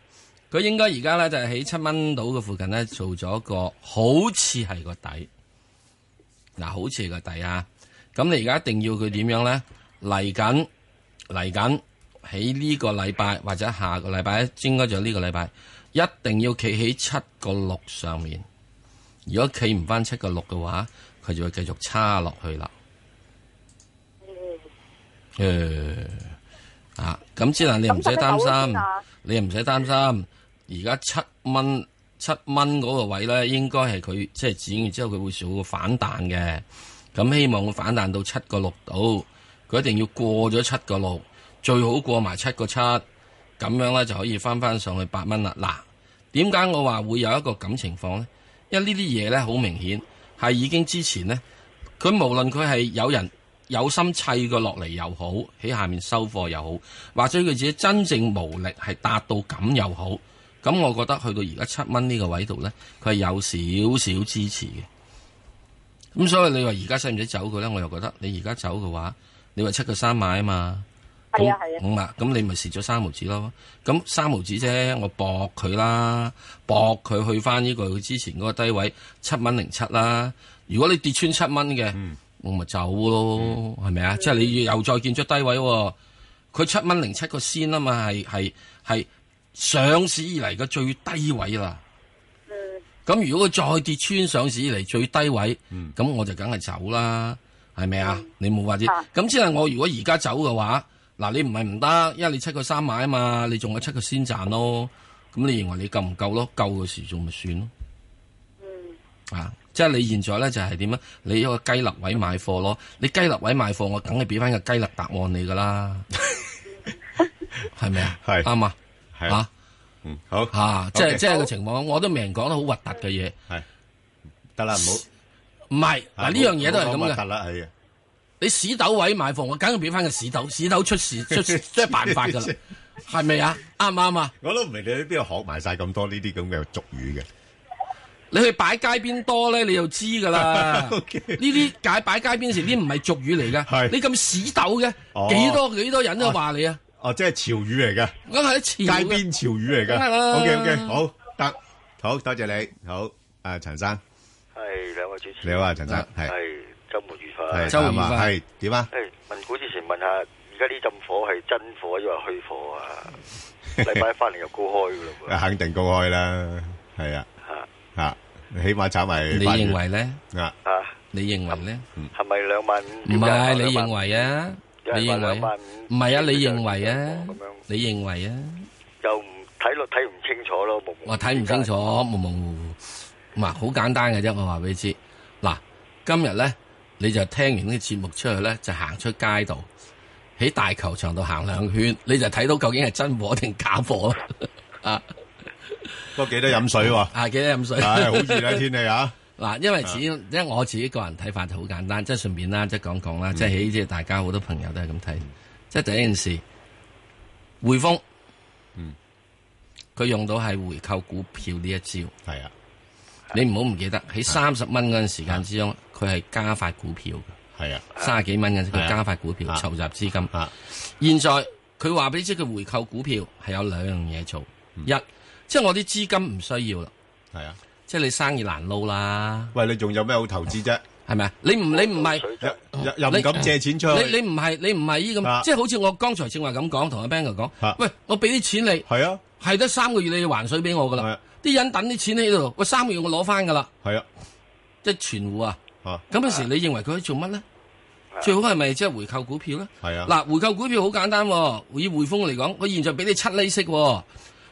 Speaker 4: 佢應該而家咧就係喺七蚊到嘅附近咧做咗個好似係個底，嗱好似係個底啊！咁你而家一定要佢點樣咧？嚟緊嚟緊喺呢個禮拜或者下個禮拜，應該就呢個禮拜，一定要企喺七個六上面。如果企唔翻七個六嘅話，佢就會繼續差落去啦。誒、啊，咁之能你唔使擔心。
Speaker 6: 啊
Speaker 4: 你又唔使擔心。而家七蚊七蚊嗰個位咧，應該係佢即係指完之後，佢會少個反彈嘅。咁希望佢反彈到七個六度，佢一定要過咗七個六，最好過埋七個七，咁樣咧就可以翻翻上去八蚊啦。嗱，點解我話會有一個咁情況咧？因為呢啲嘢咧好明顯係已經之前咧，佢無論佢係有人有心砌佢落嚟又好，喺下面收貨又好。或者佢自己真正無力係達到咁又好，咁我覺得去到而家七蚊呢個位度呢，佢係有少少支持嘅。咁所以你話而家使唔使走佢呢？我又覺得你而家走嘅話，你話七個三買啊嘛，
Speaker 7: 係
Speaker 4: 咁
Speaker 7: 啊係啊，
Speaker 4: 咁啊，咁你咪蝕咗三毫子咯。咁三毫子啫，我搏佢啦，搏佢去翻呢個佢之前嗰個低位七蚊零七啦。如果你跌穿七蚊嘅，我咪走咯，係咪啊？即係你又再見咗低位喎。佢七蚊零七個先啊嘛，係係係上市以嚟嘅最低位啦。咁如果佢再跌穿上市以嚟最低位，咁、我就梗係走啦，係咪啊？你冇法子。咁即係我如果而家走嘅話，嗱你唔係唔得，因為你七個三買啊嘛，你仲有七個先賺咯。咁你認為你夠唔夠咯？夠嘅時仲咪算咯。啊，即係你現在咧就係點啊？你一個雞肋位買貨咯，你雞肋位買貨，我梗係俾翻個雞肋答案你噶啦，係咪啊？
Speaker 3: 係
Speaker 4: 啱啊，
Speaker 3: 係
Speaker 4: 啊
Speaker 3: 嗯，好
Speaker 4: 啊，即係
Speaker 3: OK
Speaker 4: 即係個情況，我都未人講得好核突嘅嘢，
Speaker 3: 係得啦，唔好
Speaker 4: 唔係嗱呢樣嘢都係咁
Speaker 3: 得
Speaker 4: 嘅。
Speaker 3: 啦，啊係啊，
Speaker 4: 你市斗位買房，我梗係俾翻個市斗，市斗出事出
Speaker 3: <laughs>
Speaker 4: 事即係辦法㗎啦，係咪啊？啱唔啱啊？
Speaker 3: 我都唔明你喺邊度學埋晒咁多呢啲咁嘅俗語嘅。
Speaker 4: 你去擺街邊多咧，你就知㗎啦。呢
Speaker 3: <laughs> OK
Speaker 4: 啲解擺街邊時，呢唔係俗語嚟
Speaker 3: 係
Speaker 4: 㗎。你咁市斗嘅，
Speaker 3: 哦
Speaker 4: 幾多幾多人都話你啊！
Speaker 3: 哦，即係潮語嚟嘅，
Speaker 4: 咁係潮
Speaker 3: 街
Speaker 4: 嘅
Speaker 3: 邊潮語嚟嘅。
Speaker 4: 梗係啦
Speaker 3: OK OK，好得，好多謝你，好啊，陳生，
Speaker 8: 系两位主持，
Speaker 3: 你好啊，陳生，係
Speaker 8: 系周末愉
Speaker 3: 係
Speaker 8: 快。
Speaker 4: 周末愉
Speaker 3: 啱啊
Speaker 4: 快
Speaker 3: 係點啊？
Speaker 8: 诶，问股之前問下，而家呢陣火係真火抑或虛火
Speaker 3: <laughs>
Speaker 8: 啊？禮拜一翻嚟又高開噶啦
Speaker 3: 肯定公開啦，係啊，啊，起碼炒埋
Speaker 4: 你
Speaker 3: 八月
Speaker 4: 認為咧？
Speaker 3: 啊，
Speaker 8: 喎，啊，
Speaker 4: 你認為咧？
Speaker 8: 係咪兩萬五？
Speaker 4: 唔係你認為啊？你認為啊？唔係啊？你認為啊
Speaker 8: 咁樣？
Speaker 4: 你認為啊？
Speaker 8: 又唔睇落睇唔清楚咯，啊冇
Speaker 4: 我睇唔清楚，模模糊糊。嗱，好簡單嘅啫，我話俾你知。嗱，今日咧你就聽完呢啲節目出去咧，就行出街度，喺大球場度行兩圈，你就睇到究竟係真火定假火 <laughs> 啦。啊
Speaker 3: 不過幾多飲水喎，
Speaker 4: 啊！記得飲水。
Speaker 3: 唉，好熱啊天氣啊，
Speaker 4: <laughs> 嗱，因為自己，因為我自己個人睇法就好簡單，即係順便啦，即係講講啦，即係喺即係大家好多朋友都係咁睇。即係第一件事，匯豐，
Speaker 3: 嗯，
Speaker 4: 佢用到係回購股票呢一招，
Speaker 3: 係啊，
Speaker 4: 你唔好唔記得喺三十蚊嗰陣時間之中，佢係加發股票嘅，
Speaker 3: 係啊，
Speaker 4: 三十幾蚊嗰陣時
Speaker 3: 係啊
Speaker 4: 佢加發股票
Speaker 3: 啊
Speaker 4: 籌集資金。
Speaker 3: 啊，
Speaker 4: 現在佢話俾你知，佢回購股票係有兩樣嘢做，
Speaker 3: 嗯
Speaker 4: 一即係我啲資金唔需要啦，
Speaker 3: 係啊，
Speaker 4: 即係你生意難撈啦，
Speaker 3: 喂，你仲有咩好投資啫？
Speaker 4: 係咪啊？你唔你唔係。
Speaker 3: 又又又唔敢借錢出去，
Speaker 4: 你你唔係你唔係依
Speaker 3: 啊
Speaker 4: 咁，即係好似我剛才正話咁講，同阿 Bang 哥
Speaker 3: 啊
Speaker 4: 講，喂，我俾啲錢你，
Speaker 3: 係啊，
Speaker 4: 係得三個月你要還水俾我噶
Speaker 3: 係啊
Speaker 4: 啦，啲人等啲錢喺度，喂，三個月我攞翻噶啦，
Speaker 3: 係啊，
Speaker 4: 即係存户啊。
Speaker 3: 啊，
Speaker 4: 咁嗰時你認為佢可以做乜咧？最好係咪即係回購股票咧？
Speaker 3: 係啊，
Speaker 4: 嗱，回購股票好簡單喎，以匯豐嚟講，佢現在俾你七厘息喎，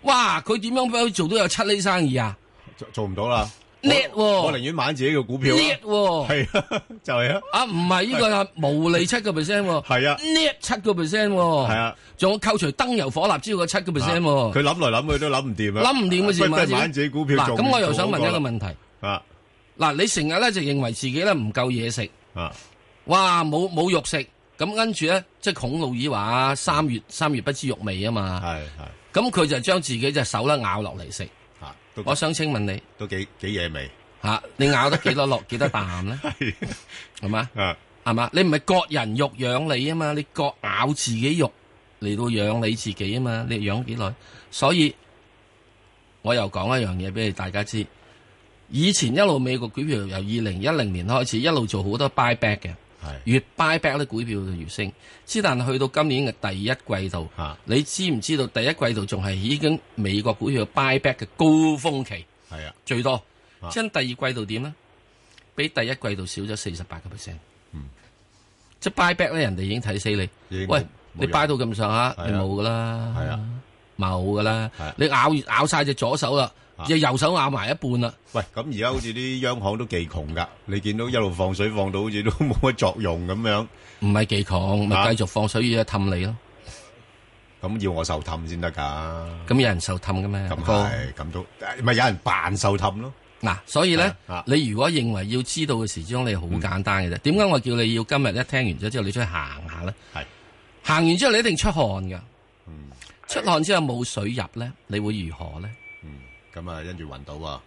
Speaker 4: 哇！佢點樣俾佢做到有七厘生意啊？
Speaker 3: 做做唔到啦，
Speaker 4: 叻
Speaker 3: 我寧
Speaker 4: 喎，
Speaker 3: 願買自己嘅股票啦，
Speaker 4: 叻喎，
Speaker 3: 係啊， <laughs> 就係啊，
Speaker 4: 啊唔係呢個係無利七個 percent 喎，
Speaker 3: 係啊
Speaker 4: 叻七個 percent 喎，
Speaker 3: 係啊。
Speaker 4: 仲有扣除燈油火蠟之外嘅七個 percent
Speaker 3: 佢
Speaker 4: 喎，
Speaker 3: 諗來諗去都諗唔掂啊！
Speaker 4: 諗唔掂嘅
Speaker 3: 不
Speaker 4: 事
Speaker 3: 如
Speaker 4: 買
Speaker 3: 買自己股票
Speaker 4: 嗱
Speaker 3: 做
Speaker 4: 咁我又想問一個
Speaker 3: 做
Speaker 4: 問題，
Speaker 3: 啊
Speaker 4: 嗱，你成日咧就認為自己咧唔夠嘢食，
Speaker 3: 啊
Speaker 4: 哇，冇冇肉食，咁跟住咧即係孔老二話三月三月不知肉味啊嘛，
Speaker 3: 係係
Speaker 4: 咁佢就將自己隻手咧咬落嚟食。
Speaker 3: 啊，都
Speaker 4: 我想請問你
Speaker 3: 都幾幾嘢味 <laughs>
Speaker 4: 吓、你咬得幾多落幾多啖咧？係嘛
Speaker 3: 啊！
Speaker 4: 係嘛？你唔係割人肉養你啊嘛，你割咬自己肉嚟到養你自己啊嘛，你養幾耐？所以我又講一樣嘢俾大家知。以前一路美國股票由二零一零年開始一路做好多 buy back 嘅，
Speaker 3: 係
Speaker 4: 越 buy back 啲股票就越升。之但去到今年嘅第一季度，
Speaker 3: 啊
Speaker 4: 你知唔知道第一季度仲係已經美國股票 buy back 嘅高峰期？
Speaker 3: 係啊
Speaker 4: 最多
Speaker 3: 啊。
Speaker 4: 真第二季度點咧？比第一季度少咗四十八個 percent。
Speaker 3: 嗯，
Speaker 4: 即係 buy back 咧，人哋已經睇死
Speaker 3: 已經
Speaker 4: 你。
Speaker 3: 冇
Speaker 4: 喂，你
Speaker 3: 冇
Speaker 4: buy 到咁上下，
Speaker 3: 係啊
Speaker 4: 你冇噶啦。
Speaker 3: 係啊，
Speaker 4: 冇噶啦
Speaker 3: 係啊。
Speaker 4: 你咬咬晒隻左手啦
Speaker 3: 啊，
Speaker 4: 隻右手咬埋一半啦。
Speaker 3: 喂，咁而家好似啲央行都幾窮噶，你見到一路放水放到好似都 <laughs> 冇乜作用咁樣，
Speaker 4: 唔係幾窮，
Speaker 3: 啊
Speaker 4: 咪繼續放水魚氹你咯。
Speaker 3: 咁要我受氹先得㗎。
Speaker 4: 咁有人受氹噶咩？
Speaker 3: 咁
Speaker 4: 哥
Speaker 3: 係咁都，咪有人扮受氹咯？
Speaker 4: 嗱，所以咧
Speaker 3: 係啊，嗯
Speaker 4: 你如果認為要知道嘅時鐘，你好簡單嘅啫。點解我叫你要今日一聽完咗之後，你出去行下咧？
Speaker 3: 係
Speaker 4: 行完之後，你一定出汗噶。
Speaker 3: 嗯
Speaker 4: 出汗之後冇水入咧，你會如何咧？
Speaker 3: 嗯，咁啊跟住暈到啊，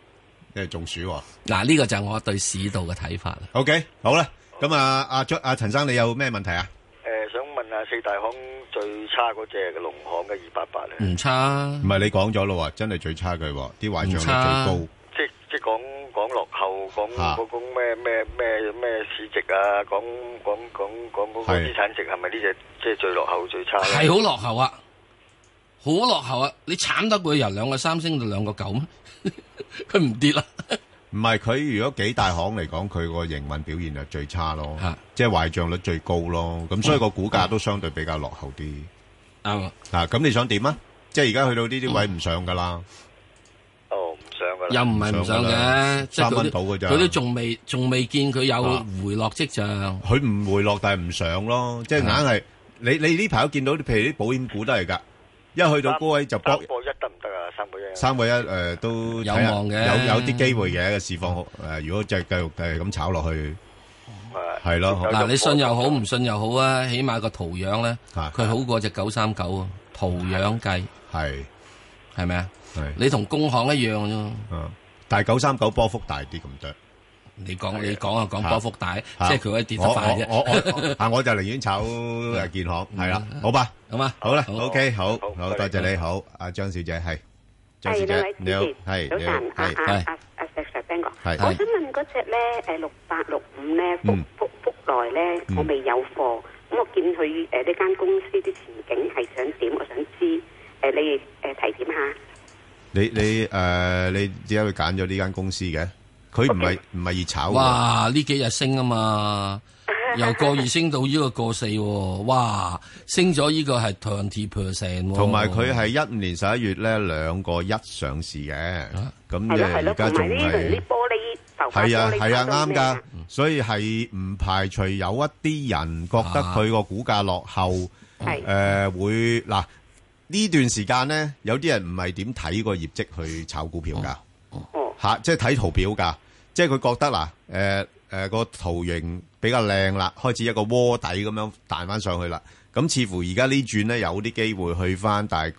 Speaker 3: 因為中暑喎。
Speaker 4: 嗱，呢個就係我對市道嘅睇法啦。
Speaker 3: OK，好啦，咁啊阿張阿陳生你有咩問題啊？
Speaker 8: 诶，想問下四大行最差嗰只嘅農行嘅二八八咧，
Speaker 3: 嗯
Speaker 4: 唔差
Speaker 3: 唔，係你講咗咯喎，真係最差佢喎，啲壞帳率
Speaker 4: 唔
Speaker 3: 最
Speaker 4: 差
Speaker 3: 高。
Speaker 8: 即即講講落後，講
Speaker 3: 啊
Speaker 8: 嗰講咩咩咩咩市值啊，講講講講嗰個
Speaker 3: 係
Speaker 8: 資產值係咪呢只即係最落後最差咧？
Speaker 4: 係好落後啊，好落後啊！你慘得佢由兩個三升到兩個九咩？ <laughs> 佢唔跌啦，
Speaker 3: 唔係佢如果幾大行嚟講，佢個營運表現就最差咯
Speaker 4: 嚇，
Speaker 3: 即係壞帳率最高咯，咁所以個股價都相對比較落後啲。
Speaker 4: 啱啊，
Speaker 3: 啊，咁你想點啊？即係而家去到呢啲位唔上噶啦，
Speaker 8: 哦，唔想㗎啦。
Speaker 4: 又唔係
Speaker 3: 唔
Speaker 4: 唔想
Speaker 3: 想㗎啦
Speaker 4: 嘅，即係
Speaker 3: 三
Speaker 4: 佢
Speaker 3: 蚊到
Speaker 4: 都
Speaker 3: 㗎咋
Speaker 4: 佢都仲未仲未見佢有
Speaker 3: 啊
Speaker 4: 回落跡象。
Speaker 3: 佢唔回落但係唔上咯，即係硬係你你呢排都見到，譬如啲保險股都係㗎，一去到高位就搏
Speaker 8: 三個一得唔得得啊？三個一啊，
Speaker 3: 三個一誒都
Speaker 4: 有
Speaker 3: 睇下
Speaker 4: 望嘅
Speaker 3: 有有啲機會嘅個市況好誒。如果再繼續誒咁炒落去，
Speaker 8: 啊
Speaker 3: 係咯
Speaker 8: 有
Speaker 4: 嗱，
Speaker 8: 入
Speaker 4: 你信
Speaker 8: 波
Speaker 4: 又好，唔信又好啊，起碼個圖樣咧，
Speaker 3: 啊
Speaker 4: 佢好過只九三九啊，圖樣計
Speaker 3: 係
Speaker 4: 係咪啊？
Speaker 3: 係
Speaker 4: 你同工行一樣啫。
Speaker 3: 啊，但係九三九波幅大啲咁多。
Speaker 4: 你講你講啊，講
Speaker 3: 啊
Speaker 4: 波幅大，即
Speaker 3: 啊
Speaker 4: 係佢可以跌得快
Speaker 3: 我 <laughs>
Speaker 4: 啫，
Speaker 3: 我我我啊，我就寧願炒誒建行係啦，好吧，
Speaker 4: 好嘛？
Speaker 3: 好啦
Speaker 4: 好
Speaker 3: ，OK，好
Speaker 8: 好
Speaker 3: 好，
Speaker 8: 唔
Speaker 3: 多
Speaker 8: 該
Speaker 3: 謝你，好，阿張小姐係，
Speaker 5: 啊
Speaker 3: 張小姐你好，係
Speaker 5: 早
Speaker 3: 你好
Speaker 5: 晨，阿
Speaker 3: 係
Speaker 4: 係
Speaker 5: 阿阿阿啊石 Sir Ben 哥，
Speaker 3: 係
Speaker 5: 我想問嗰只咧，誒六八六五咧，福
Speaker 3: 嗯
Speaker 5: 福福來咧，我未有貨，咁我見佢呃誒呢間公司啲前景係想點，我想知誒你誒提點下。
Speaker 3: 你你誒你點解會揀咗呢間公司嘅？佢唔係唔係熱炒嘅
Speaker 4: 哇！呢幾日升啊嘛，由個二升到呢個個四喎，哇！升咗呢個係 twenty percent，
Speaker 3: 同埋佢係一五年十一月咧兩個一上市嘅，咁
Speaker 5: 係
Speaker 3: 即
Speaker 5: 咯
Speaker 3: 係
Speaker 5: 係
Speaker 3: 嗯而
Speaker 5: 咯，
Speaker 3: 家
Speaker 5: 同
Speaker 3: 仲
Speaker 5: 埋呢輪
Speaker 3: 係
Speaker 5: 啲。玻璃浮法
Speaker 3: 係啊，
Speaker 5: 玻璃
Speaker 3: 係啊，
Speaker 5: 搞到
Speaker 3: 啱
Speaker 5: 咩
Speaker 3: 㗎，所以係唔排除有一啲人覺得佢個股價落後，
Speaker 5: 係
Speaker 3: 誒會嗱呢段時間咧，有啲人唔係點睇個業績去炒股票㗎。
Speaker 5: 哦，
Speaker 3: 吓、即係睇圖表㗎，即係佢覺得嗱，誒誒個圖形比較靚啦，開始一個窩底咁樣彈翻上去啦。咁似乎而家呢轉咧有啲機會去翻大概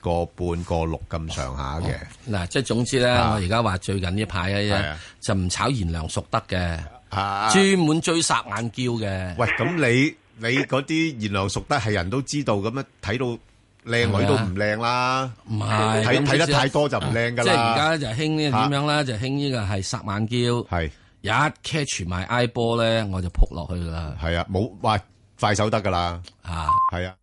Speaker 3: 個半個六咁上下嘅，
Speaker 4: 嗱，即係總之咧，
Speaker 3: 啊
Speaker 4: 我而家話最近呢排
Speaker 3: 係
Speaker 4: 咧
Speaker 3: 啊
Speaker 4: 就唔炒賢良淑德嘅，
Speaker 3: 啊
Speaker 4: 專門追殺眼嬌嘅。
Speaker 3: 喂，咁你你嗰啲賢良淑德係人都知道咁樣睇到靚女都唔靚啦，
Speaker 4: 唔
Speaker 3: 睇
Speaker 4: 係咁
Speaker 3: 睇得
Speaker 4: 即係
Speaker 3: 太多就唔靚㗎啦。
Speaker 4: 即係而家就興呢個點樣咧？就興呢個係殺眼嬌，
Speaker 3: 係
Speaker 4: 一 catch 埋 I 波咧，我就撲落去噶啦
Speaker 3: 係啊，冇喂快手得㗎啦，
Speaker 4: 啊！
Speaker 3: 係啊。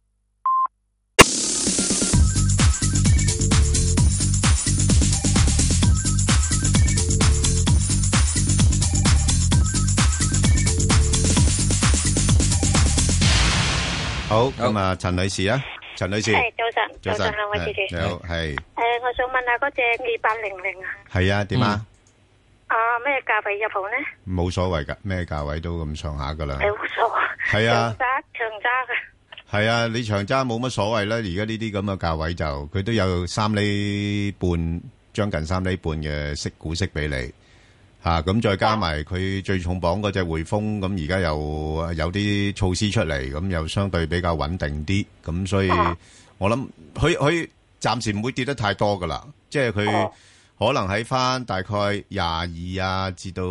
Speaker 3: 好，咁啊，陳女士啊，陳女士，
Speaker 9: 系早晨，
Speaker 3: 早
Speaker 9: 早
Speaker 3: 晨
Speaker 9: 晨，兩位主持。
Speaker 3: 係你好，係
Speaker 9: 诶，我想問下嗰只二八零零啊，
Speaker 3: 係啊，點啊？
Speaker 9: 啊咩價位入好呢？
Speaker 3: 冇所謂噶，咩價位都咁上下噶啦。
Speaker 9: 你好傻啊！
Speaker 3: 係啊
Speaker 9: 長揸長揸嘅，
Speaker 3: 係啊，你長揸冇乜所謂啦。而家呢啲咁嘅價位就佢都有三厘半，將近三厘半嘅息股息俾你吓，咁、再加埋佢最重磅嗰只匯豐，咁而家又有啲措施出嚟，咁又相對比較穩定啲，咁所以我諗佢佢暫時唔會跌得太多噶啦，即係佢。可能喺翻大概廿二啊至到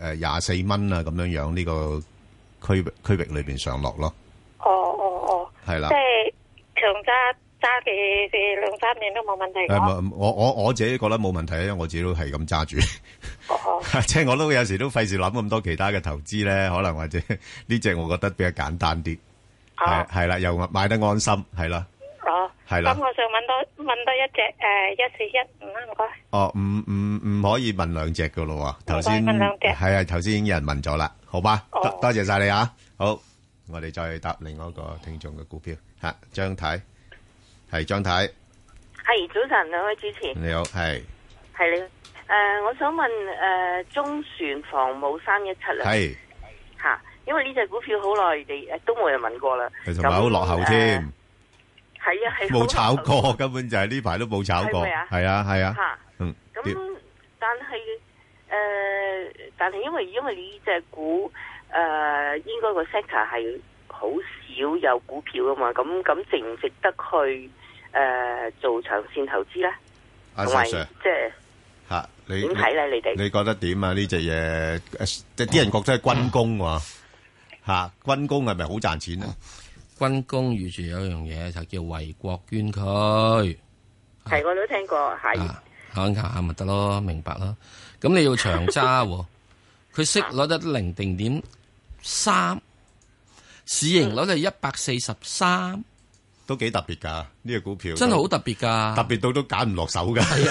Speaker 3: 诶廿四蚊啊咁樣樣呢個區域區域裏边上落咯，
Speaker 9: 哦哦
Speaker 3: 係
Speaker 9: 哦，
Speaker 3: 啦
Speaker 9: 即。係長揸揸嘅嘅兩三年都冇問題 <laughs>
Speaker 3: 诶，
Speaker 9: 㗎。
Speaker 3: 唔我我我自己覺得冇問題，因為我自己都係咁揸住，
Speaker 9: 哦哦
Speaker 3: <laughs> 即係我都有時都費事諗咁多其他嘅投資咧，可能或者 <laughs> 呢只我覺得比較簡單啲，係
Speaker 9: 哦
Speaker 3: 係啦，又買得安心，係啦，
Speaker 9: 哦，
Speaker 3: 係啦
Speaker 9: 咁我想問多問多一隻诶一四一五啦，唔該。
Speaker 3: 哦，唔唔唔可以問兩隻噶咯喎，頭先
Speaker 9: 唔可以問兩隻
Speaker 3: 係啊，頭先已經有人問咗啦，好吧，
Speaker 9: 哦
Speaker 3: 多多謝晒你啊，好，我哋再答另外一個聽眾嘅股票，吓張太，係張太，
Speaker 10: 系早晨，兩位主持，
Speaker 3: 你好，係
Speaker 10: 係你诶、誒我想問诶、誒中船防務三一七啊，
Speaker 3: 係，
Speaker 10: 吓，因為呢只股票好耐地誒都冇人問過啦，
Speaker 3: 佢同埋好落後添，
Speaker 10: 誒，係啊係
Speaker 3: 冇炒過，根本就係呢排都冇炒過，
Speaker 10: 係咪啊
Speaker 3: 係啊係啊。
Speaker 10: 吓，
Speaker 3: 嗯，點
Speaker 10: 咁但係诶、誒但係因為因為呢只股诶、誒應該個 sector 係好少有股票啊嘛，咁咁值唔值得去诶、誒做長線投資咧？
Speaker 3: 阿
Speaker 10: 同埋
Speaker 3: Sir，
Speaker 10: 即係
Speaker 3: 吓你
Speaker 10: 點睇啊咧？你哋？
Speaker 3: 你覺得點啊？呢只嘢呃即係啲人覺得係軍工喎，吓軍工係咪好賺錢啊咧？
Speaker 4: 軍工預住有樣嘢就叫為國捐軀，
Speaker 10: 系我都聽過，係
Speaker 4: 啊，考下咪得咯，明白咯。咁你要長
Speaker 3: <laughs>
Speaker 4: 揸喎，佢息率得零定點三，市盈率係一百四十三，
Speaker 3: 嗯都幾特別㗎，呢個股票
Speaker 4: 真係好特別㗎。
Speaker 3: 特別到都揀唔落手㗎。
Speaker 4: 係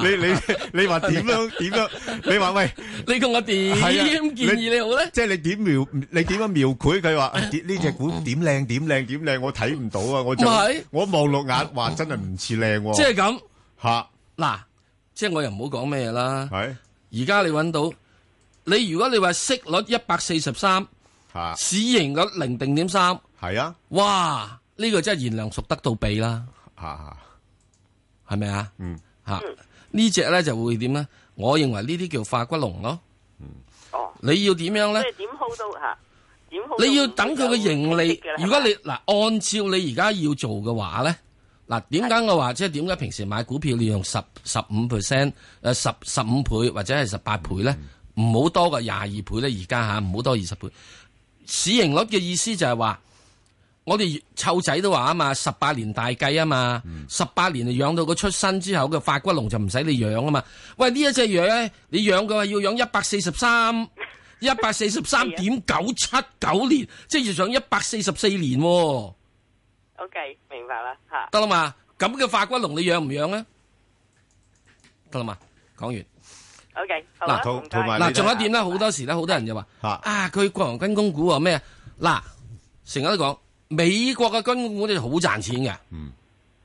Speaker 3: <laughs> 你你你話點樣點樣？你話喂，
Speaker 4: 你同我點
Speaker 3: 係啊
Speaker 4: 建議你好咧？
Speaker 3: 即係你點描你點樣描繪佢話啊點呢只股點靚點靚點靚？我睇唔到啊！我就
Speaker 4: 唔係
Speaker 3: 我望落眼，哇！真係唔似靚喎。
Speaker 4: 即係咁
Speaker 3: 吓
Speaker 4: 嗱，即係我又唔好講咩啦。
Speaker 3: 係
Speaker 4: 而家你揾到你，如果你話息率一百四十三，
Speaker 3: 吓
Speaker 4: 市盈率零定點三。
Speaker 3: 係啊
Speaker 4: 哇！呢、個真係賢良淑德到痹啦，
Speaker 3: 吓吓，
Speaker 4: 係咪啊？
Speaker 3: 嗯，
Speaker 4: 吓呢只咧就會點咧？我認為呢啲叫化骨龍咯。
Speaker 10: 哦，
Speaker 4: 你要點樣咧
Speaker 10: 即？係點 hold 到吓？點 hold
Speaker 4: 你要等佢嘅盈利
Speaker 10: 息嘅啦。
Speaker 4: 如果你嗱，按照你而家要做嘅話咧，嗱，點解我話即係點解平時買股票你用十十五 percent 誒十十五倍或者係十八倍咧？唔好多過廿二倍咧，而家吓唔好多二十倍。市盈率嘅意思就係話，我哋湊仔都話啊嘛，十八年大計啊嘛，十八年就養到佢出生之後嘅發骨龍就唔使你養啊嘛。喂，呢一隻養咧，你養佢係要養一百四十三。一百四十三點九七九年，即係要上一百四十四年喎，
Speaker 10: O K，明白啦吓。
Speaker 4: 得啦嘛？咁嘅化骨龍你養唔養咧？得啦嘛？講完
Speaker 10: O K，好啦
Speaker 4: 嗱，
Speaker 10: 唔該
Speaker 4: 嗱，仲有一點咧，好多時咧，好多人就話啊，佢國航軍工股話咩啊？嗱，成日都講美國嘅軍工股咧好賺錢嘅，
Speaker 3: 嗯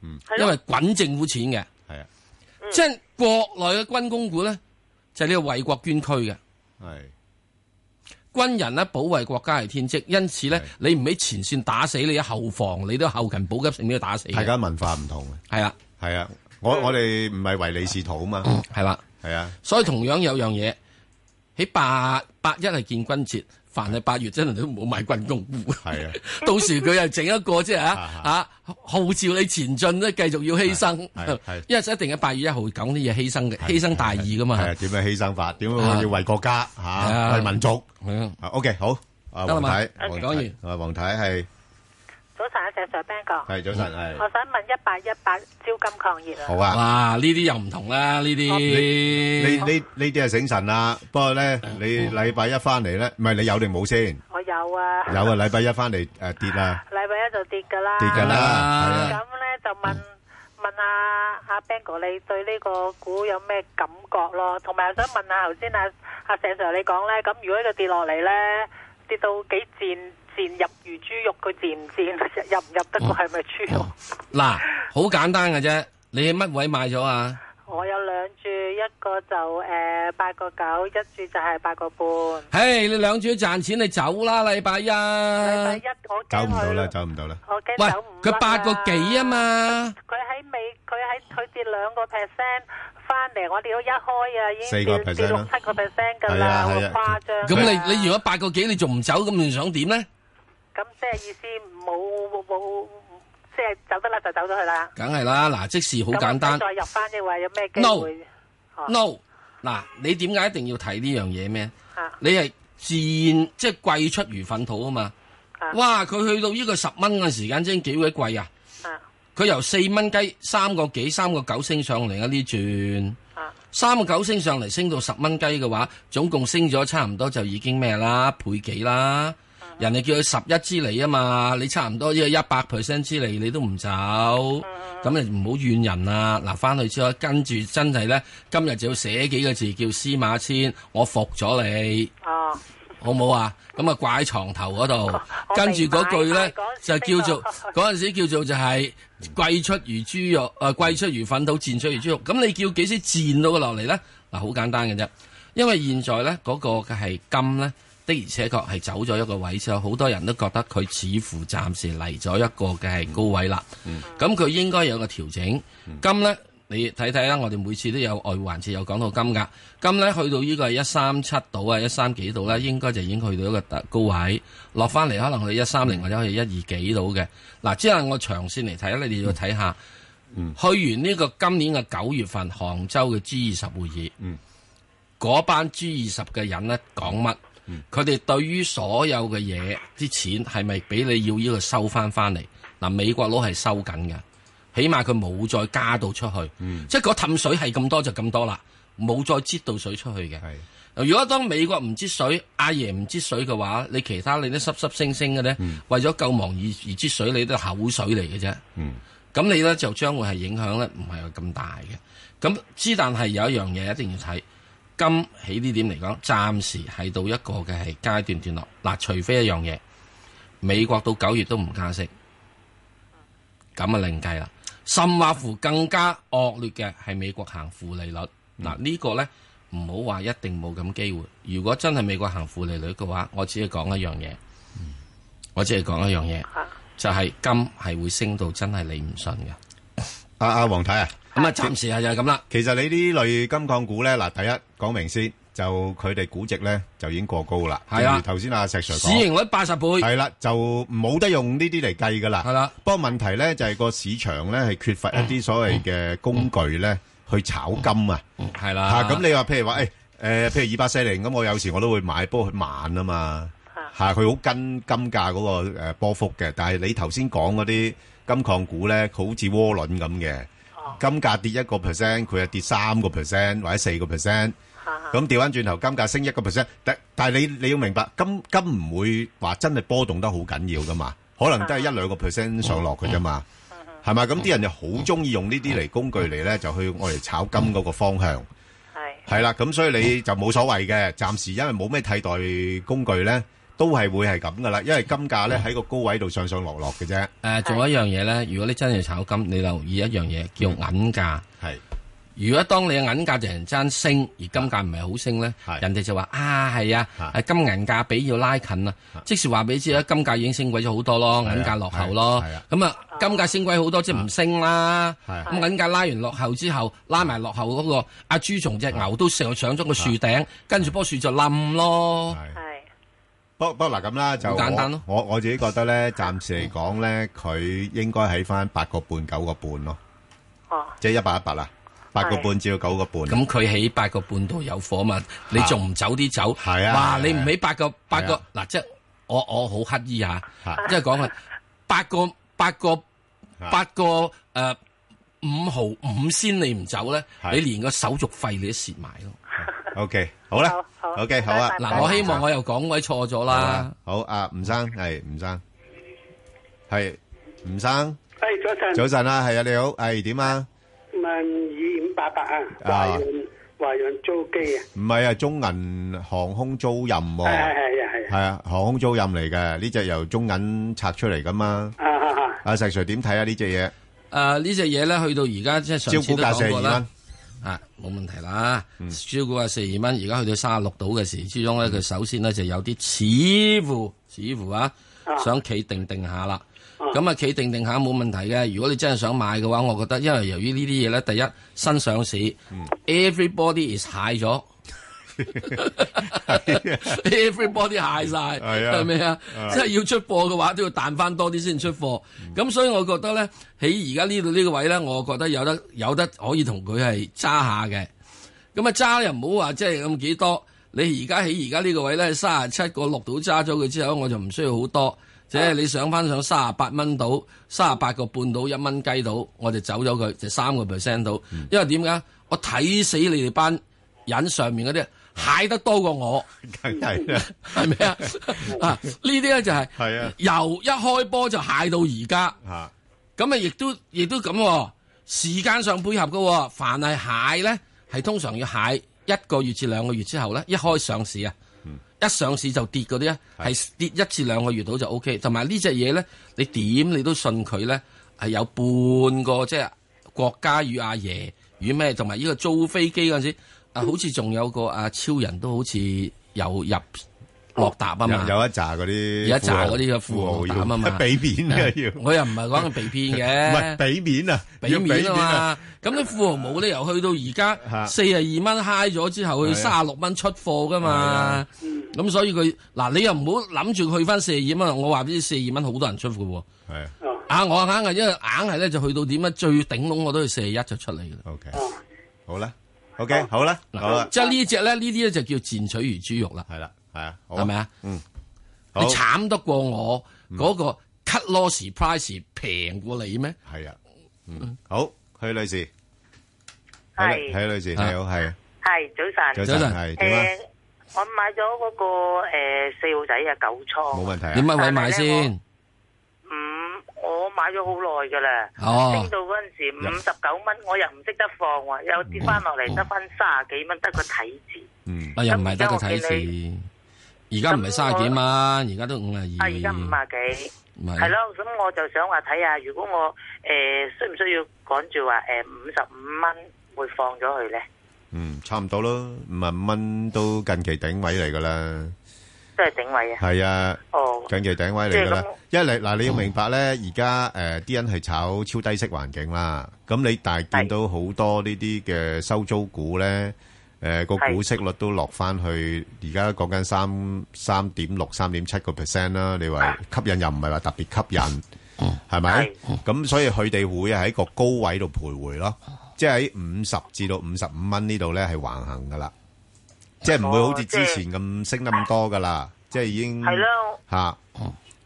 Speaker 3: 嗯，
Speaker 4: 因為滾政府錢嘅，
Speaker 3: 係啊，
Speaker 4: 即係國內嘅軍工股咧就係呢個為國捐軀嘅。
Speaker 3: 系。
Speaker 4: 軍人咧保衛國家係天職，因此咧你唔喺前線打死你，喺後防你都後勤補給性都要打死嘅。
Speaker 3: 大家文化唔同
Speaker 4: 係啊，
Speaker 3: 系啊，我我哋唔係唯利是圖啊嘛，
Speaker 4: 係啦，
Speaker 3: 系啊，
Speaker 4: 所以同樣有樣嘢喺八八一係建軍節，凡係八月真係都唔好買軍工股。
Speaker 3: 係啊，
Speaker 4: 到時佢又整一個即係啊啊號召你前進咧，繼續要犧牲
Speaker 3: 係係，
Speaker 4: 因為一定喺八月一號講啲嘢犧牲嘅，犧牲大義噶嘛。
Speaker 3: 係啊，點樣犧牲法？點
Speaker 4: 啊
Speaker 3: 樣要為國家
Speaker 4: 啊
Speaker 3: 吓，為民族
Speaker 4: 係啊
Speaker 3: 啊？OK，好，Ờ, 啊，
Speaker 4: 得啦
Speaker 3: 黃
Speaker 4: 嘛
Speaker 3: 太，
Speaker 9: OK
Speaker 3: 黃
Speaker 9: 講
Speaker 3: 太，啊，黃太係
Speaker 9: 早晨啊，石 Sir Ben 哥，
Speaker 3: 係早晨係
Speaker 9: 我想問一八一八招金抗熱啊，
Speaker 3: 好啊。
Speaker 4: 哇，呢啲又唔同啦，呢
Speaker 3: 你
Speaker 4: 啲
Speaker 3: 呢呢啲係醒神啦，不過咧，你禮拜一翻嚟咧，唔係你有定冇先？
Speaker 9: 我有啊，
Speaker 3: 有啊，禮拜一翻嚟誒跌啦，
Speaker 9: 禮拜一就跌㗎啦，
Speaker 3: 跌㗎啦，係
Speaker 9: 咁
Speaker 3: 啊，
Speaker 9: 咧就問問阿阿 Ben 哥，你對呢個股有咩感覺咯？同埋我想問下頭先阿阿石 Sir 你講咧，咁如果呢個跌落嚟咧，跌到幾賤賤入如豬肉，佢賤 <laughs> 唔賤？入唔入得過係咪豬肉？
Speaker 4: 嗱好簡單嘅啫。你喺乜位買咗啊？
Speaker 9: 我有兩注，一個就誒八個九，一注就係八個半。
Speaker 4: 唉，你兩主賺錢，你走啦，禮拜一。
Speaker 9: 禮拜一我
Speaker 3: 走
Speaker 9: 驚
Speaker 3: 唔到啦，
Speaker 9: 佢，
Speaker 3: 走唔到啦。
Speaker 9: 我驚
Speaker 4: 喂
Speaker 9: 走唔，
Speaker 4: 佢八個幾啊嘛？
Speaker 9: 佢喺美，佢喺佢跌兩個 percent 翻嚟，我哋都一開啊，已經
Speaker 3: 4%
Speaker 9: 跌跌六
Speaker 3: 啦
Speaker 9: 七個 percent 㗎
Speaker 3: 係
Speaker 9: 啦，
Speaker 3: 啊
Speaker 9: 好
Speaker 3: 係啊
Speaker 9: 誇張㗎。
Speaker 4: 咁你你如果八個幾你仲唔走，咁你想點咧？
Speaker 9: 咁即係意思冇冇，即係走得啦就走咗去啦。
Speaker 4: 梗係啦，嗱，即時好
Speaker 9: 咁
Speaker 4: 簡單
Speaker 9: 再入翻嘅話，有咩機
Speaker 4: No
Speaker 9: 會？哦
Speaker 4: ，no，嗱，你點解一定要睇呢樣嘢咩？
Speaker 9: 啊
Speaker 4: 你係自然即係貴出如糞土啊嘛！
Speaker 9: 啊
Speaker 4: 哇，佢去到呢個十蚊嘅時間真係幾鬼貴啊！
Speaker 9: 啊
Speaker 4: 佢由四蚊雞三個幾三個九升上嚟啊呢轉。
Speaker 9: 啊！
Speaker 4: 三個九升上嚟，升到十蚊雞嘅話，總共升咗差唔多就已經咩啦，倍幾啦。人哋叫佢十一之利啊嘛，你差唔多要一百 percent 之利，你都唔走，咁你唔好怨人啦。嗱，翻去之後跟住真係咧，今日就要寫幾個字叫司馬遷，我服咗你，
Speaker 9: 哦，
Speaker 4: 好唔好啊？咁啊掛喺床頭嗰度，
Speaker 9: 我
Speaker 4: 跟住嗰句咧就
Speaker 9: 明白
Speaker 4: 叫做嗰陣時叫做就係貴出如豬肉，誒、貴出如糞土，賤出如豬肉。咁你叫幾時賤到佢落嚟咧？嗱，好簡單嘅啫，因為現在咧嗰、個嘅係金咧。的而且確係走咗一個位之後，好多人都覺得佢似乎暫時嚟咗一個嘅係高位啦。嗯咁佢、應該有個調整。金呢，你睇睇啦，我哋每次都有外匯環節有講到金㗎。金呢，去到呢個係一三七度啊，一三幾度啦，應該就已經去到一個特高位，落翻嚟可能去一三零或者去一二幾度嘅。嗱，之後我長線嚟睇咧，你哋要睇下。去完呢個今年嘅九月份杭州嘅 G 二十會議，嗰、班 G 二十嘅人咧講乜？佢哋對於所有嘅嘢啲錢係咪俾你要呢個收翻翻嚟？嗱，美國佬係收緊嘅，起碼佢冇再加到出去，即係嗰氹水係咁多就咁多啦，冇再擠到水出去嘅。
Speaker 3: 係
Speaker 4: 如果當美國唔知水，阿爺唔知水嘅話，你其他你啲濕濕星星嘅咧，為咗救亡而而知水，你都係口水嚟嘅啫。咁你咧就將會係影響咧，唔係咁大嘅。咁之但係有一樣嘢一定要睇，金喺呢點嚟講，暫時係到一個嘅係階段段落。嗱，除非一樣嘢，美國到九月都唔加息，咁啊另計啦。甚或乎更加惡劣嘅係美國行負利率。
Speaker 3: 嗯
Speaker 4: 嗱、呢個呢，唔好話一定冇咁機會。如果真係美國行負利率嘅話，我只係講一樣嘢，
Speaker 3: 嗯
Speaker 4: 我只係講一樣嘢。就係金係會升到真係你唔信嘅。
Speaker 3: 阿阿黄太啊，
Speaker 4: 咁啊，暫時啊就係咁啦。
Speaker 3: 其實你呢類金礦股咧，嗱，第一講明先，就佢哋估值咧就已經過高啦。
Speaker 4: 係啊
Speaker 3: 正如頭先阿石 Sir
Speaker 4: 市
Speaker 3: 講
Speaker 4: 盈率八十倍，
Speaker 3: 係啦，就冇得用呢啲嚟計噶啦。係啦，不過問題咧就係個市場咧係缺乏一啲所謂嘅工具咧去炒金啊。
Speaker 4: 嗯係啦。
Speaker 3: 吓咁你話譬如話誒誒，譬如二八四零咁，我有時我都會買，不過佢慢啊嘛。吓佢好跟金價嗰個誒波幅嘅，但係你頭先講嗰啲金礦股咧，佢好似窩輪咁嘅。金價跌一個 percent，佢係跌三個 percent 或者四個 percent。咁調翻轉頭，金價升一個 percent，但但係你你要明白，金金唔會話真係波動得好緊要噶嘛，可能都係一兩個 percent 上落嘅啫嘛，係咪？咁啲人就好中意用呢啲嚟工具嚟咧，就去我嚟炒金嗰個方向。係啦，咁所以你就冇所謂嘅，暫時因為冇咩替代工具咧，都係會係咁噶啦，因為金價咧喺個高位度上上落落嘅啫。
Speaker 4: 誒，仲有一樣嘢咧，如果你真係炒金，你留意一樣嘢叫
Speaker 3: 嗯
Speaker 4: 銀價。
Speaker 3: 係。
Speaker 4: 如果當你嘅銀價突然間升，而金價唔係好升咧，人哋就話啊係啊，誒金銀價比要拉近啊，即是話俾你知啦，金價已經升貴咗好多咯，
Speaker 11: 係啊
Speaker 4: 銀價落後咯
Speaker 11: 係啊係啊，啊
Speaker 4: 咁啊金價升貴好多即係唔升啦，
Speaker 11: 係啊
Speaker 4: 咁銀價拉完落後之後，拉埋落後嗰個阿豬從只牛都上上咗個樹頂，跟住棵樹就冧咯，
Speaker 3: 不不過嗱咁啦，就
Speaker 4: 好簡單咯
Speaker 3: 我我我自己覺得咧，暫時嚟講咧，佢應該喺翻八個半九個半咯，
Speaker 9: 哦，
Speaker 3: 即係一百一百啦，八個半至到九個半。
Speaker 4: 咁佢喺八個半度有火嘛，你仲唔走啲走？
Speaker 3: 啊係啊
Speaker 4: 哇！
Speaker 3: 係啊
Speaker 4: 你唔起八個八
Speaker 3: 係
Speaker 4: 個
Speaker 3: 啊
Speaker 4: 嗱，即係我我好乞意嚇，即係講啦，八個八個八個誒五毫五仙你唔走咧，
Speaker 3: 係
Speaker 4: 你連個手續費你都蝕埋咯。
Speaker 3: OK，好啦，OK，好啊。
Speaker 4: 嗱，我希望我又講位錯咗啦。
Speaker 3: 好啊，吳生係吳生係吳生，
Speaker 12: 係哎早晨，
Speaker 3: 早晨啊，係啊，你好，係點啊？
Speaker 12: 萬二五八八啊，
Speaker 3: 啊
Speaker 12: 華潤華潤租機啊，
Speaker 3: 唔係啊，中銀航空租賃喎，
Speaker 12: 係係係係
Speaker 3: 係啊，航空租賃嚟嘅，呢隻由中銀拆出嚟噶嘛。
Speaker 12: 啊啊啊！
Speaker 3: 阿石 Sir 點睇啊？呢隻嘢？
Speaker 4: 誒呢隻嘢咧，去到而家即係上次都講過
Speaker 3: 招股價42蚊
Speaker 4: 啦，啊冇問題啦，
Speaker 11: 嗯
Speaker 4: 招股價四二蚊，而家去到三十六度嘅時之中咧，佢首先咧就有啲似乎似乎啊，想企定定下啦。咁啊，企定定下冇問題嘅。如果你真係想買嘅話，我覺得因為由於呢啲嘢咧，第一新上市，everybody is
Speaker 11: <laughs>
Speaker 4: high 咗。everybody high 晒，
Speaker 11: 啊係啊
Speaker 4: 係咪啊
Speaker 11: 啊？
Speaker 4: 即係要出貨嘅話，都要彈翻多啲先出貨。咁所以我覺得咧，喺而家呢度呢個位咧，我覺得有得有得可以同佢係揸下嘅。咁啊揸又唔好話即係咁幾多。你而家喺而家呢個位咧，三十七個六度揸咗佢之後，我就唔需要好多。即係你上翻上三十八蚊到，三十八個半到一蚊雞到，我就走咗佢，就三個 percent 到。因為點解？我睇死你哋班人上面嗰啲蟹得多過我，
Speaker 3: 梗係
Speaker 4: <laughs>
Speaker 3: 啦，
Speaker 4: 係
Speaker 3: <laughs>
Speaker 4: 咪啊？啊，呢啲咧就係、
Speaker 3: 係啊
Speaker 4: 由一開波就蟹到而家。
Speaker 3: 吓
Speaker 4: 咁啊，亦都亦都咁喎，時間上配合嘅喎。凡係蟹咧，係通常要蟹一個月至兩個月之後咧，一開上市啊，一上市就跌嗰啲咧，係跌一至兩個月到就 O K。同埋呢只嘢咧，你點你都信佢咧，係有半個即係國家與阿爺與咩，同埋呢個租飛機嗰陣時，啊好似仲有個啊超人都好似有入落搭啊嘛，
Speaker 3: 有有一紮嗰啲
Speaker 4: 有一紮嗰啲嘅
Speaker 3: 富
Speaker 4: 富
Speaker 3: 豪
Speaker 4: 豪
Speaker 3: 要
Speaker 4: 膽啊嘛，
Speaker 3: <laughs> 俾面
Speaker 4: <laughs>
Speaker 3: 啊要
Speaker 4: 我又唔係講佢被騙嘅，
Speaker 3: 唔係俾面啊
Speaker 4: 俾
Speaker 3: 要
Speaker 4: 面
Speaker 3: 俾
Speaker 4: 啊
Speaker 3: 面
Speaker 4: 嘛
Speaker 3: 啊。
Speaker 4: 咁啲富豪冇理由去到而家四十二蚊 high 咗之後，去
Speaker 11: 係啊
Speaker 4: 三十六蚊出貨噶
Speaker 3: 啊
Speaker 4: 嘛。咁所以佢嗱，你又唔好諗住去翻四十二蚊。我話俾你，四十二蚊好多人出嘅喎。
Speaker 3: 係
Speaker 4: 啊，我硬係因為硬係咧就去到點咧，啊最頂籠我都去四十一就出嚟嘅。
Speaker 3: O K，好啦，OK，好啦，好啦，
Speaker 4: 即係呢只咧，呢啲咧就叫賤取如豬肉啦。
Speaker 3: 係啦，係啊，好
Speaker 4: 係咪啊？
Speaker 3: 嗯，
Speaker 4: 你
Speaker 3: 好
Speaker 4: 慘得過我嗰個 cut loss price 平過你咩？
Speaker 3: 係啊，嗯，好，許女士，
Speaker 10: 係
Speaker 3: 許女士你好，係啊，
Speaker 10: 系早晨，
Speaker 3: 早晨係點啊
Speaker 10: 誒我買咗嗰個誒四號仔啊九倉，
Speaker 3: 冇問題啊。
Speaker 4: 點乜位買先？
Speaker 10: 我買咗好耐噶啦，
Speaker 4: 哦
Speaker 10: 升到嗰陣時五十九蚊，我又唔識得放喎，又跌翻落嚟得翻卅幾蚊，得個睇字。
Speaker 3: 嗯
Speaker 4: 啊，又唔係得個睇市，而家唔係卅幾蚊，而家都五廿
Speaker 10: 啊，
Speaker 4: 二。
Speaker 10: 而家五啊幾，
Speaker 4: 唔係
Speaker 10: 係咯，咁我就想話睇下，如果我誒需唔需要趕住話誒五十五蚊會放咗佢咧？
Speaker 3: 嗯，差唔多咯，五萬蚊都近期頂位嚟噶啦。
Speaker 10: 都係整位啊。
Speaker 3: 系啊，
Speaker 10: 哦
Speaker 3: 近期頂位嚟㗎啦
Speaker 10: 即係咁。
Speaker 3: 因為你嗱，你要明白咧，而家誒啲人係炒超低息環境啦。咁你但係見到好多呢啲嘅收租股咧，誒個
Speaker 11: 係
Speaker 3: 股息率都落翻去，而家講緊三三點六、三點七個 percent 啦。你話吸引又唔係話特別吸引，係咪？咁所以佢哋會喺個高位度徘徊咯，即係喺五十至到五十五蚊呢度咧係橫行㗎啦。即係唔會好似之前咁升得咁多噶啦，即係已經
Speaker 10: 係咯
Speaker 3: 嚇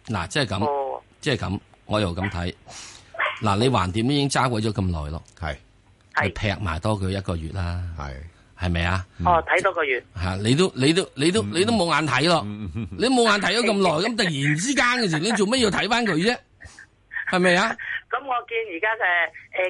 Speaker 4: 嗱，即係
Speaker 10: 哦
Speaker 4: 咁，即係咁，我又咁睇。嗱，你橫掂都已經揸鬼咗咁耐咯，
Speaker 3: 係，
Speaker 4: 你劈埋多佢一個月啦，
Speaker 3: 係，
Speaker 4: 係咪啊？
Speaker 10: 哦，睇多個月。
Speaker 4: 吓，你都你都你都你都冇眼睇咯，
Speaker 10: 嗯
Speaker 4: 你都冇眼睇咗咁耐，咁突然之間嘅時候，你做咩要睇翻佢啫？係咪啊？
Speaker 10: 咁我見而家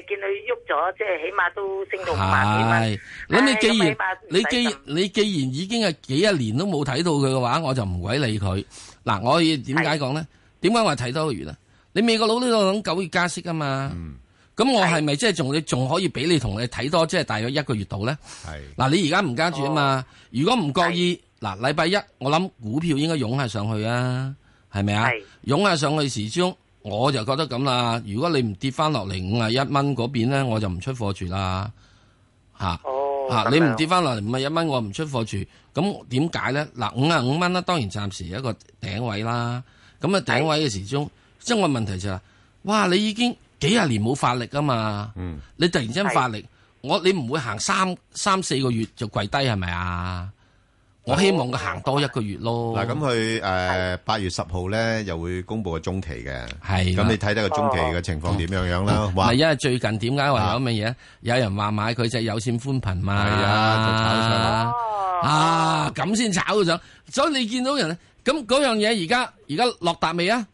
Speaker 10: 誒誒見佢喐咗，即係起碼都升到五萬
Speaker 4: 係
Speaker 10: 幾，
Speaker 4: 咁
Speaker 10: 蚊。
Speaker 4: 你既然
Speaker 10: 唉咁
Speaker 4: 你
Speaker 10: 起碼唔使
Speaker 4: 既
Speaker 10: 咁
Speaker 4: 你既然已經係幾一年都冇睇到佢嘅話，我就唔鬼理佢。嗱，我要點解講咧？點解話睇多個月啊？你美國佬呢度諗九月加息啊嘛，咁我係咪即係仲你仲可以俾你同你睇多即係大約一個月度咧？
Speaker 3: 係
Speaker 4: 嗱，你而家唔加住啊嘛，如果唔覺意，嗱，禮拜一我諗股票應該湧下上去啊，係咪啊？湧下上去時鐘，我就覺得咁啦。如果你唔跌翻落嚟五啊一蚊嗰邊咧，我就唔出貨住啦。吓吓，
Speaker 10: 哦咁
Speaker 4: 你唔
Speaker 10: 樣
Speaker 4: 跌翻落嚟五啊一蚊，我唔出貨住。咁點解咧？嗱，五啊五蚊啦，當然暫時有一個頂位啦。咁啊，頂位嘅時鐘，即係我問題就係、哇！你已經幾廿年冇發力啊嘛，
Speaker 3: 嗯
Speaker 4: 你突然之間發力，我你唔會行三三四個月就跪低係咪啊？我希望佢行多一個月咯。
Speaker 3: 嗱，咁佢誒八月十號咧又會公布個中期嘅，
Speaker 4: 係啦
Speaker 3: 咁你睇睇個中期嘅情況點樣樣啦。
Speaker 4: 唔
Speaker 3: 哇
Speaker 4: 係，因為最近點解話有乜嘢？有人話買佢隻有線寬頻嘛，
Speaker 3: 啊係啊就炒上啦
Speaker 4: 啊咁先炒咗上，所以你見到人咧，咁嗰樣嘢而家而家落達未啊？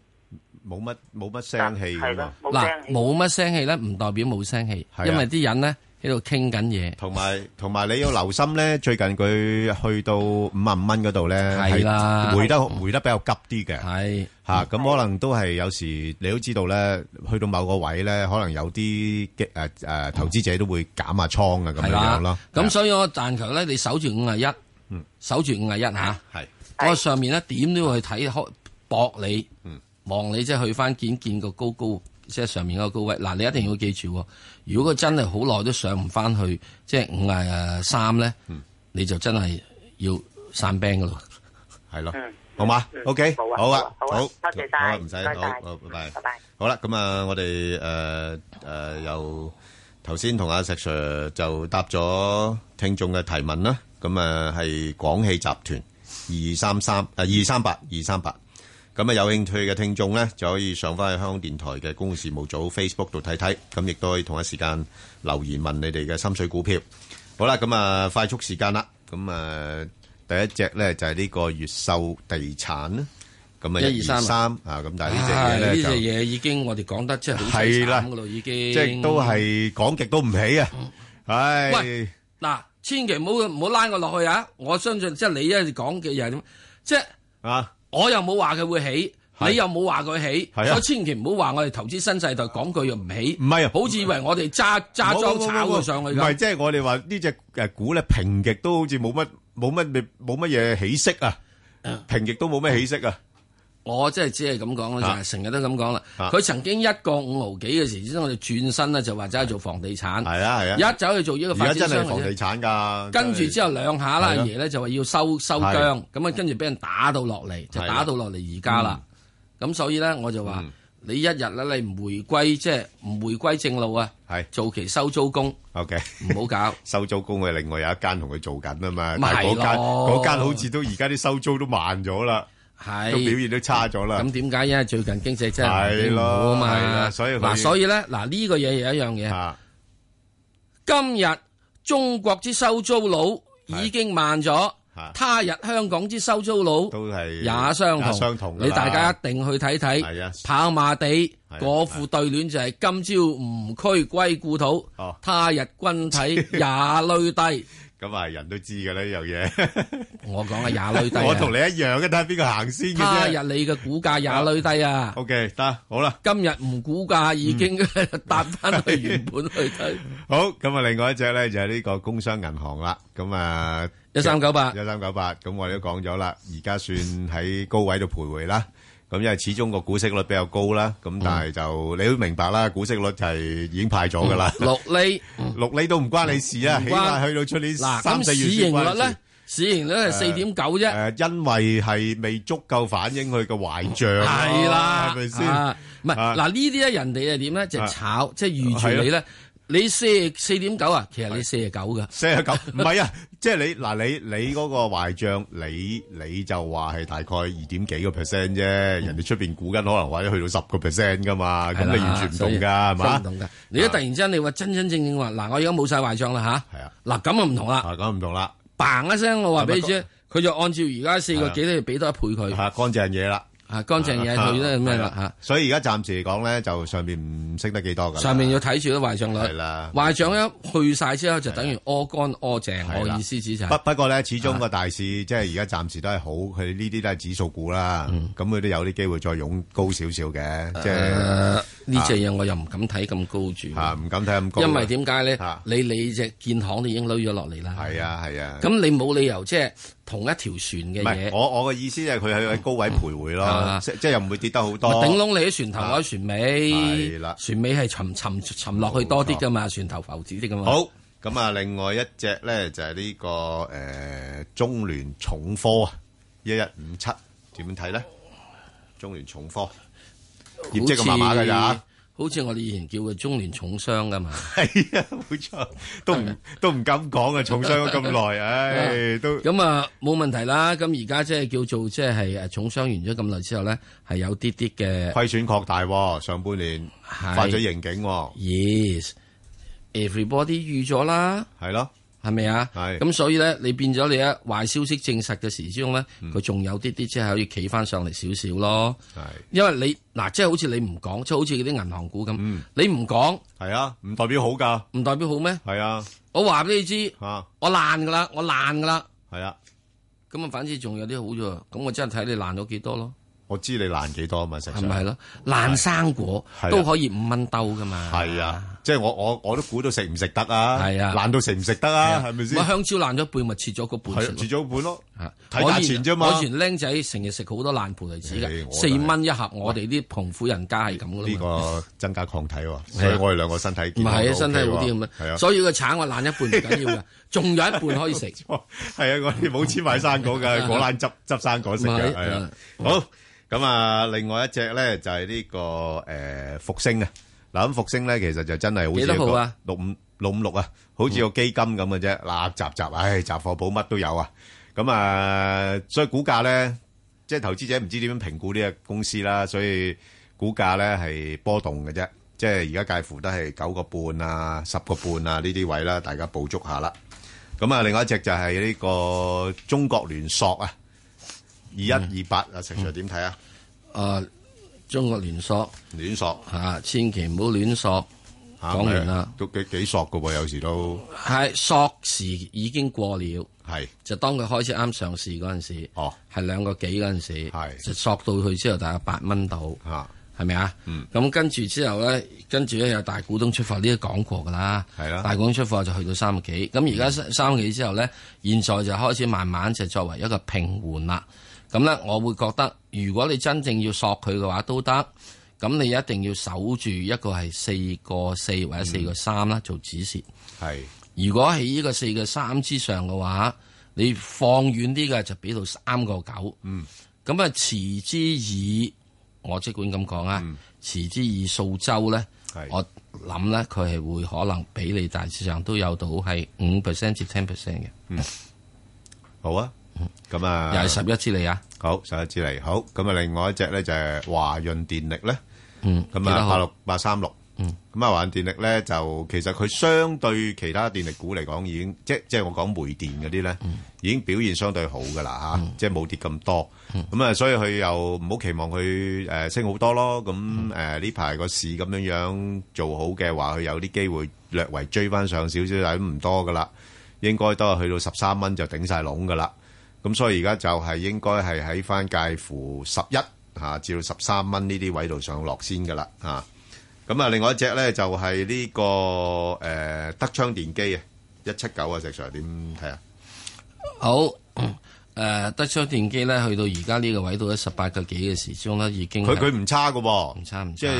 Speaker 3: 冇乜冇乜聲氣㗎嘛，
Speaker 4: 嗱，冇乜聲氣咧，唔代表冇聲氣，
Speaker 3: 係啊
Speaker 4: 因為啲人咧喺度傾緊嘢。
Speaker 3: 同埋同埋你要留心咧，最近佢去到五萬五蚊嗰度咧，
Speaker 4: 係啦
Speaker 3: 係回得回得比較急啲嘅，
Speaker 4: 係
Speaker 3: 嚇咁可能都係有時你都知道咧，去到某個位咧，可能有啲嘅誒誒投資者都會減下倉啊咁樣
Speaker 4: 係
Speaker 3: 樣
Speaker 4: 啦
Speaker 3: 咯。，
Speaker 4: 咁所以我但求咧，你守住五廿一，守住五廿一吓，
Speaker 3: 係
Speaker 4: 我上面咧點都要去睇開搏你
Speaker 3: 嗯，
Speaker 4: 望你即係去翻見見個高高，即係上面嗰個高位。嗱，你一定要記住喎，如果佢真係好耐都上唔翻去，即係五廿三咧，
Speaker 3: 嗯
Speaker 4: 你就真係要散兵噶咯。
Speaker 3: 係咯，好嘛？OK，好啊，好，
Speaker 10: 多謝晒
Speaker 3: 好啊，唔使，
Speaker 10: 多謝
Speaker 3: 好，
Speaker 10: 晒
Speaker 3: 好，拜
Speaker 10: 拜拜。
Speaker 3: 好啦，咁啊，我哋誒誒又頭先同阿石 Sir 就答咗聽眾嘅提問啦，咁啊係廣汽集團二三三呃誒二三八二三八。咁啊，有興趣嘅聽眾咧，就可以上翻去香港電台嘅公共事務組 Facebook 度睇睇，咁亦都可以同一時間留言問你哋嘅心水股票。好啦，咁啊，快速時間啦，咁啊，第一隻咧就係呢個越秀地產啦，咁啊一二三
Speaker 4: 123
Speaker 3: 啊，咁但係 <laughs> 呢隻嘢
Speaker 4: 唉
Speaker 3: 咧
Speaker 4: 呢隻
Speaker 3: 就
Speaker 4: 嘢已經我哋講得即係好凄
Speaker 3: 係啦
Speaker 4: 慘噶咯，已經
Speaker 3: 即係都係講極都唔起啊，唉，
Speaker 4: 喂嗱，千祈唔好唔好拉我落去啊！我相信即係你一講嘅嘢係點，即係
Speaker 3: 啊，
Speaker 4: 我又冇話佢會起，
Speaker 3: 係
Speaker 4: 你又冇話佢起，
Speaker 3: 係啊
Speaker 4: 所以千祈唔好話我哋投資新世代講句又唔起，
Speaker 3: 唔係啊
Speaker 4: 好似以為我哋揸揸莊炒佢上去
Speaker 3: 唔係，
Speaker 4: 咁。
Speaker 3: 即係我哋話呢只誒股咧平極都好似冇乜冇乜冇乜嘢起色啊，平極都冇咩起色啊。
Speaker 4: 我即係只係咁講啦，就
Speaker 3: 啊
Speaker 4: 係成日都咁講啦。
Speaker 3: 啊
Speaker 4: 佢曾經一個五毫幾嘅時之我哋轉身咧就話走去做房地產，
Speaker 3: 係啊係啊
Speaker 4: 一走去做呢個發
Speaker 3: 而家
Speaker 4: 展
Speaker 3: 真
Speaker 4: 商
Speaker 3: 係房地
Speaker 4: 嘅啫
Speaker 3: 產㗎，
Speaker 4: 跟住之後兩下啦，阿
Speaker 3: 係啊
Speaker 4: 爺咧就話要收收
Speaker 3: 係啊
Speaker 4: 姜，咁啊跟住俾人打到落嚟，就打到落嚟而家啦。
Speaker 3: 嗯
Speaker 4: 咁所以咧，我就話你一日咧，你唔回歸即係唔回歸正路啊，
Speaker 3: 係
Speaker 4: 做其收租工。
Speaker 3: OK，
Speaker 4: 唔好搞
Speaker 3: 收租工嘅，另外有一間同佢做緊啊嘛，
Speaker 4: 咪
Speaker 3: 但係
Speaker 4: 係
Speaker 3: 嗰間
Speaker 4: 咯
Speaker 3: 嗰間好似都而家啲收租都慢咗啦，
Speaker 4: <laughs> 係
Speaker 3: 都表現都差咗啦。
Speaker 4: 咁點解？因為最近經濟真係
Speaker 3: 係
Speaker 4: 唔
Speaker 3: 咯
Speaker 4: 好啊
Speaker 3: 係
Speaker 4: 嘛，
Speaker 3: 啦所以佢
Speaker 4: 嗱，所以咧嗱呢個嘢有一樣嘢，今日中國之收租佬已經慢咗，他日香港之收租佬
Speaker 3: 都係
Speaker 4: 也相
Speaker 3: 也
Speaker 4: 同，
Speaker 3: 相同㗎啦
Speaker 4: 你大家一定去睇睇，跑馬地嗰副對聯就係
Speaker 3: <laughs>
Speaker 4: 今朝吾軀歸故土，他日君體也累低。
Speaker 3: 咁啊，人都知嘅呢樣嘢。
Speaker 4: 我講嘅廿厘低啊
Speaker 3: 我同你一樣嘅，睇下邊個行先嘅
Speaker 4: 他
Speaker 3: 啫。
Speaker 4: 日你嘅股價廿厘低啊
Speaker 3: OK，得好啦。
Speaker 4: 今日唔股價已經
Speaker 3: 嗯
Speaker 4: <laughs> 搭翻去原本去睇。
Speaker 3: 好，咁啊，另外一隻咧就係呢個工商銀行啦。咁啊，一三
Speaker 4: 九八，
Speaker 3: 一三九八，咁我哋都講咗啦，而家算喺高位度徘徊啦。咁因為始終個股息率比較高啦，咁但係就你都明白啦，股息率就係已經派咗噶啦，
Speaker 4: 六厘
Speaker 3: 六厘都唔關你事啊，
Speaker 4: 唔
Speaker 3: 起
Speaker 4: 關
Speaker 3: 碼去到出年
Speaker 4: 嗱
Speaker 3: 三
Speaker 4: 咁
Speaker 3: 四月
Speaker 4: 市
Speaker 3: 先
Speaker 4: 盈
Speaker 3: 關
Speaker 4: 率
Speaker 3: 你
Speaker 4: 咧
Speaker 3: 事。，
Speaker 4: 市盈率係四點九啫。
Speaker 3: 誒，因為係未足夠反映佢嘅壞帳咯，
Speaker 4: 係啦，
Speaker 3: 哦係咪先？啊
Speaker 4: 啊唔係嗱呢啲咧，人哋係點咧？就炒，即係預住你
Speaker 3: 係
Speaker 4: 咧。你四四點九啊，其實你四十九噶，
Speaker 3: 四啊九，唔係啊，即係你嗱，你你嗰個壞帳，你你就話係大概二點幾個 percent 啫，人哋出邊估緊可能或者去到十個 percent 噶嘛，咁
Speaker 4: 係啦
Speaker 3: 你完全唔同
Speaker 4: 所以
Speaker 3: 噶，係嘛？啊
Speaker 4: 真唔同㗎你一突然之間你話真真正正話嗱，我而家冇晒壞帳啦吓，係啊，嗱咁啊唔同啦，
Speaker 3: 咁唔同啦
Speaker 4: 嘭一聲我話俾你
Speaker 3: 咁
Speaker 4: 知
Speaker 3: 啊，
Speaker 4: 佢就按照而家四個幾咧俾多一倍佢，
Speaker 3: 嚇乾淨嘢啦，
Speaker 4: 啊乾淨嘢佢咧咩啦啊嚇，
Speaker 3: 所以而家暫時嚟講咧，就上面唔升得幾多噶。
Speaker 4: 上面要睇住啲壞帳率，
Speaker 3: 係啦，
Speaker 4: 壞帳一去晒之後就等於屙乾屙淨，我
Speaker 3: 係啦
Speaker 4: 意思指就係
Speaker 3: 不不過咧，始終個大市即係而家暫時都係好，佢呢啲都係指數股啦，咁佢都有啲機會再湧高少少嘅，即係
Speaker 4: 誒呃呢隻嘢我又唔敢睇咁高住，
Speaker 3: 啊嚇唔敢睇咁高，啊
Speaker 4: 因為點解咧？你你只建行你已經攞咗落嚟啦。
Speaker 3: 係啊係啊。
Speaker 4: 咁你冇理由即係同一條船嘅
Speaker 3: 唔係，
Speaker 4: 嘢。
Speaker 3: 我我嘅意思就係佢喺喺高位徘徊咯，
Speaker 4: 啊
Speaker 3: 即即係又唔會跌得好多。
Speaker 4: 咪頂窿你喺船頭，我喺船尾。
Speaker 3: 係啦
Speaker 4: 船尾係沉沉沉落去多啲噶嘛，船頭浮子啲噶嘛。
Speaker 3: 好咁啊！另外一隻咧就係呢個誒中聯重科啊，一一五七點樣睇咧？中聯重科
Speaker 4: 好似，
Speaker 3: 業績咁麻麻㗎咋，
Speaker 4: 好似我哋以前叫佢中聯重傷噶嘛。
Speaker 3: 係啊，冇錯，都唔都唔敢講啊！重傷咗咁
Speaker 4: <laughs>
Speaker 3: 耐，唉，都
Speaker 4: 咁啊冇問題啦。咁而家即係叫做即係誒重傷完咗咁耐之後咧，係有啲啲嘅
Speaker 3: 虧損擴大喎，上半年發咗盈警喎。
Speaker 4: Yes，everybody 預咗啦，
Speaker 3: 係咯，
Speaker 4: 係咪啊？
Speaker 3: 係
Speaker 4: 咁所以咧，你變咗你一壞消息證實嘅時之中咧，佢仲有啲啲即係可以企翻上嚟少少咯。
Speaker 3: 係，
Speaker 4: 因為你嗱，即係好似你唔講，即係好似嗰啲銀行股咁，你唔講，
Speaker 3: 係啊，唔代表好㗎，
Speaker 4: 唔代表好咩？
Speaker 3: 係啊，
Speaker 4: 我話俾你知，
Speaker 3: 啊，
Speaker 4: 我爛噶啦，我爛噶啦，
Speaker 3: 係啊。
Speaker 4: 咁啊，反之仲有啲好啫喎，咁我真係睇你爛咗幾多咯。
Speaker 3: 我知你爛幾多啊嘛，石 Sir
Speaker 4: 係咪係咯？爛生果
Speaker 3: 係啊
Speaker 4: 都可以五蚊兜噶嘛。
Speaker 3: 係啊，即係我我我都估到食唔食得啊，
Speaker 4: 係啊
Speaker 3: 爛到食唔食得
Speaker 4: 係
Speaker 3: 啊
Speaker 4: 啊，
Speaker 3: 係咪先？
Speaker 4: 咪香蕉爛咗一半，咪切咗個半
Speaker 3: 係
Speaker 4: 食
Speaker 3: 啊
Speaker 4: 咯
Speaker 3: 切咗一半咯，睇
Speaker 4: 我
Speaker 3: 價
Speaker 4: 以
Speaker 3: 錢啫嘛
Speaker 4: 我以前啊僆仔成日食好多爛葡提子
Speaker 3: 誒
Speaker 4: 嘅，
Speaker 3: 我
Speaker 4: 四
Speaker 3: 都係
Speaker 4: 蚊一盒。我哋啲窮苦人家係咁噶啦。
Speaker 3: 呢個增加抗體喎，所以我哋兩個身體
Speaker 4: 啊唔
Speaker 3: 健康
Speaker 4: 係
Speaker 3: 都
Speaker 4: 啊，身體
Speaker 3: OK
Speaker 4: 好
Speaker 3: 喎
Speaker 4: 啲咁
Speaker 3: 係啊，
Speaker 4: 樣，所以個橙我爛一半唔緊 <laughs> 要嘅，仲有一半可以食。
Speaker 3: <laughs> 係啊，我哋冇錢買生果㗎，果欄執執生果食㗎，
Speaker 4: 咪
Speaker 3: 係啊。好咁啊，另外一隻咧就係呢個誒復星啊。嗱咁復星咧，其實就真係好似
Speaker 4: 幾多
Speaker 3: 一個
Speaker 4: 號啊
Speaker 3: 六五六五六啊，好似個基金咁嘅啫，嗱雜雜，唉雜貨鋪乜都有啊。咁啊，所以股價咧，即係投資者唔知點樣評估呢個公司啦，所以股價咧係波動嘅啫。即係而家介乎都係九個半啊、十個半啊呢啲位啦，大家捕捉下啦。咁啊，另外一隻就係呢個中國聯塑啊，二一二八啊，石 Sir 點睇啊？
Speaker 4: 啊，中國聯塑，
Speaker 3: 亂索
Speaker 4: 嚇，千祈唔好亂索。講完啦，
Speaker 3: 都幾幾索嘅喎，有時都
Speaker 4: 係索時已經過了，
Speaker 3: 係
Speaker 4: 就當佢開始啱上市嗰陣時，
Speaker 3: 哦，
Speaker 4: 係兩個幾嗰陣時，係就索到去之後大概八蚊度，
Speaker 3: 嚇，
Speaker 4: 係咪啊？
Speaker 3: 嗯
Speaker 4: 咁跟住之後咧，跟住咧有大股東出貨，呢啲講過㗎啦，
Speaker 3: 係啦嗯
Speaker 4: 大股東出貨就去到三個幾，咁而家三三個幾之後咧，現在就開始慢慢就作為一個平緩啦。咁咧，我會覺得如果你真正要索佢嘅話都得，咁你一定要守住一個係四個四或者四個三
Speaker 3: 嗯
Speaker 4: 啦，做指示。
Speaker 3: 係，
Speaker 4: 如果喺呢個四個三之上嘅話，你放遠啲嘅就俾到三個九。
Speaker 3: 嗯，
Speaker 4: 咁啊，持之以我即管咁講啊，
Speaker 3: 嗯
Speaker 4: 持之以數周咧，我諗咧佢係會可能俾你大致上都有到係五 percent 至 ten percent 嘅。
Speaker 3: 嗯，好啊，咁啊，
Speaker 4: 嗯又係十一支嚟啊，
Speaker 3: 好十一支嚟，好咁啊，另外一隻咧就係華潤電力咧，
Speaker 4: 嗯，
Speaker 3: 咁
Speaker 4: 幾多
Speaker 3: 啊
Speaker 4: 號
Speaker 3: 八六八三六，
Speaker 4: 嗯，
Speaker 3: 咁啊華潤電力咧就其實佢相對其他電力股嚟講已經即即係我講煤電嗰啲咧，已經表現相對好噶啦嚇，即係冇跌咁多，咁啊所以佢又唔好期望佢誒升好多咯，咁誒呢排個市咁樣樣做好嘅話，佢有啲機會略為追翻上少少，但係都唔多噶啦。應該都係去到十三蚊就頂晒籠噶啦。咁所以而家就係應該係喺翻介乎十一嚇至到十三蚊呢啲位度上落先噶啦嚇。咁啊，另外一隻咧就係呢、個誒、呃德昌電機啊，一七九啊，石 Sir 點睇啊？
Speaker 4: 好， <clears throat> 誒、德昌電機咧，去到而家呢個位到咗十八個幾嘅時鐘咧，已經
Speaker 3: 佢
Speaker 4: 係
Speaker 3: 佢唔差噶喎，唔
Speaker 4: 差唔差
Speaker 3: 即係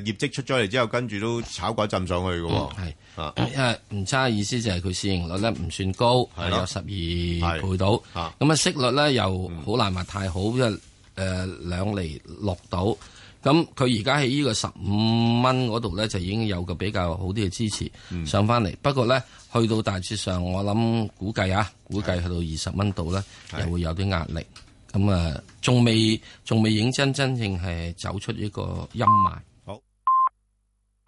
Speaker 3: 誒業績出咗嚟之後，跟住都炒鬼浸上去噶喎。
Speaker 4: 嗯
Speaker 3: 啊
Speaker 4: 因為唔差嘅意思就係佢市盈率咧唔算高，
Speaker 3: 係
Speaker 4: 係
Speaker 3: 咯
Speaker 4: 有十二倍到。咁啊息率咧又
Speaker 3: 嗯
Speaker 4: 好難話太好，因為誒兩厘六到。咁佢而家喺呢個十五蚊嗰度咧，就已經有個比較好啲嘅支持、
Speaker 3: 嗯
Speaker 4: 上翻嚟。不過咧，去到大致上，我諗估計啊，估計去到二十蚊度咧，又會有啲壓力。咁啊，仲未仲未認真真正係走出呢個陰霾。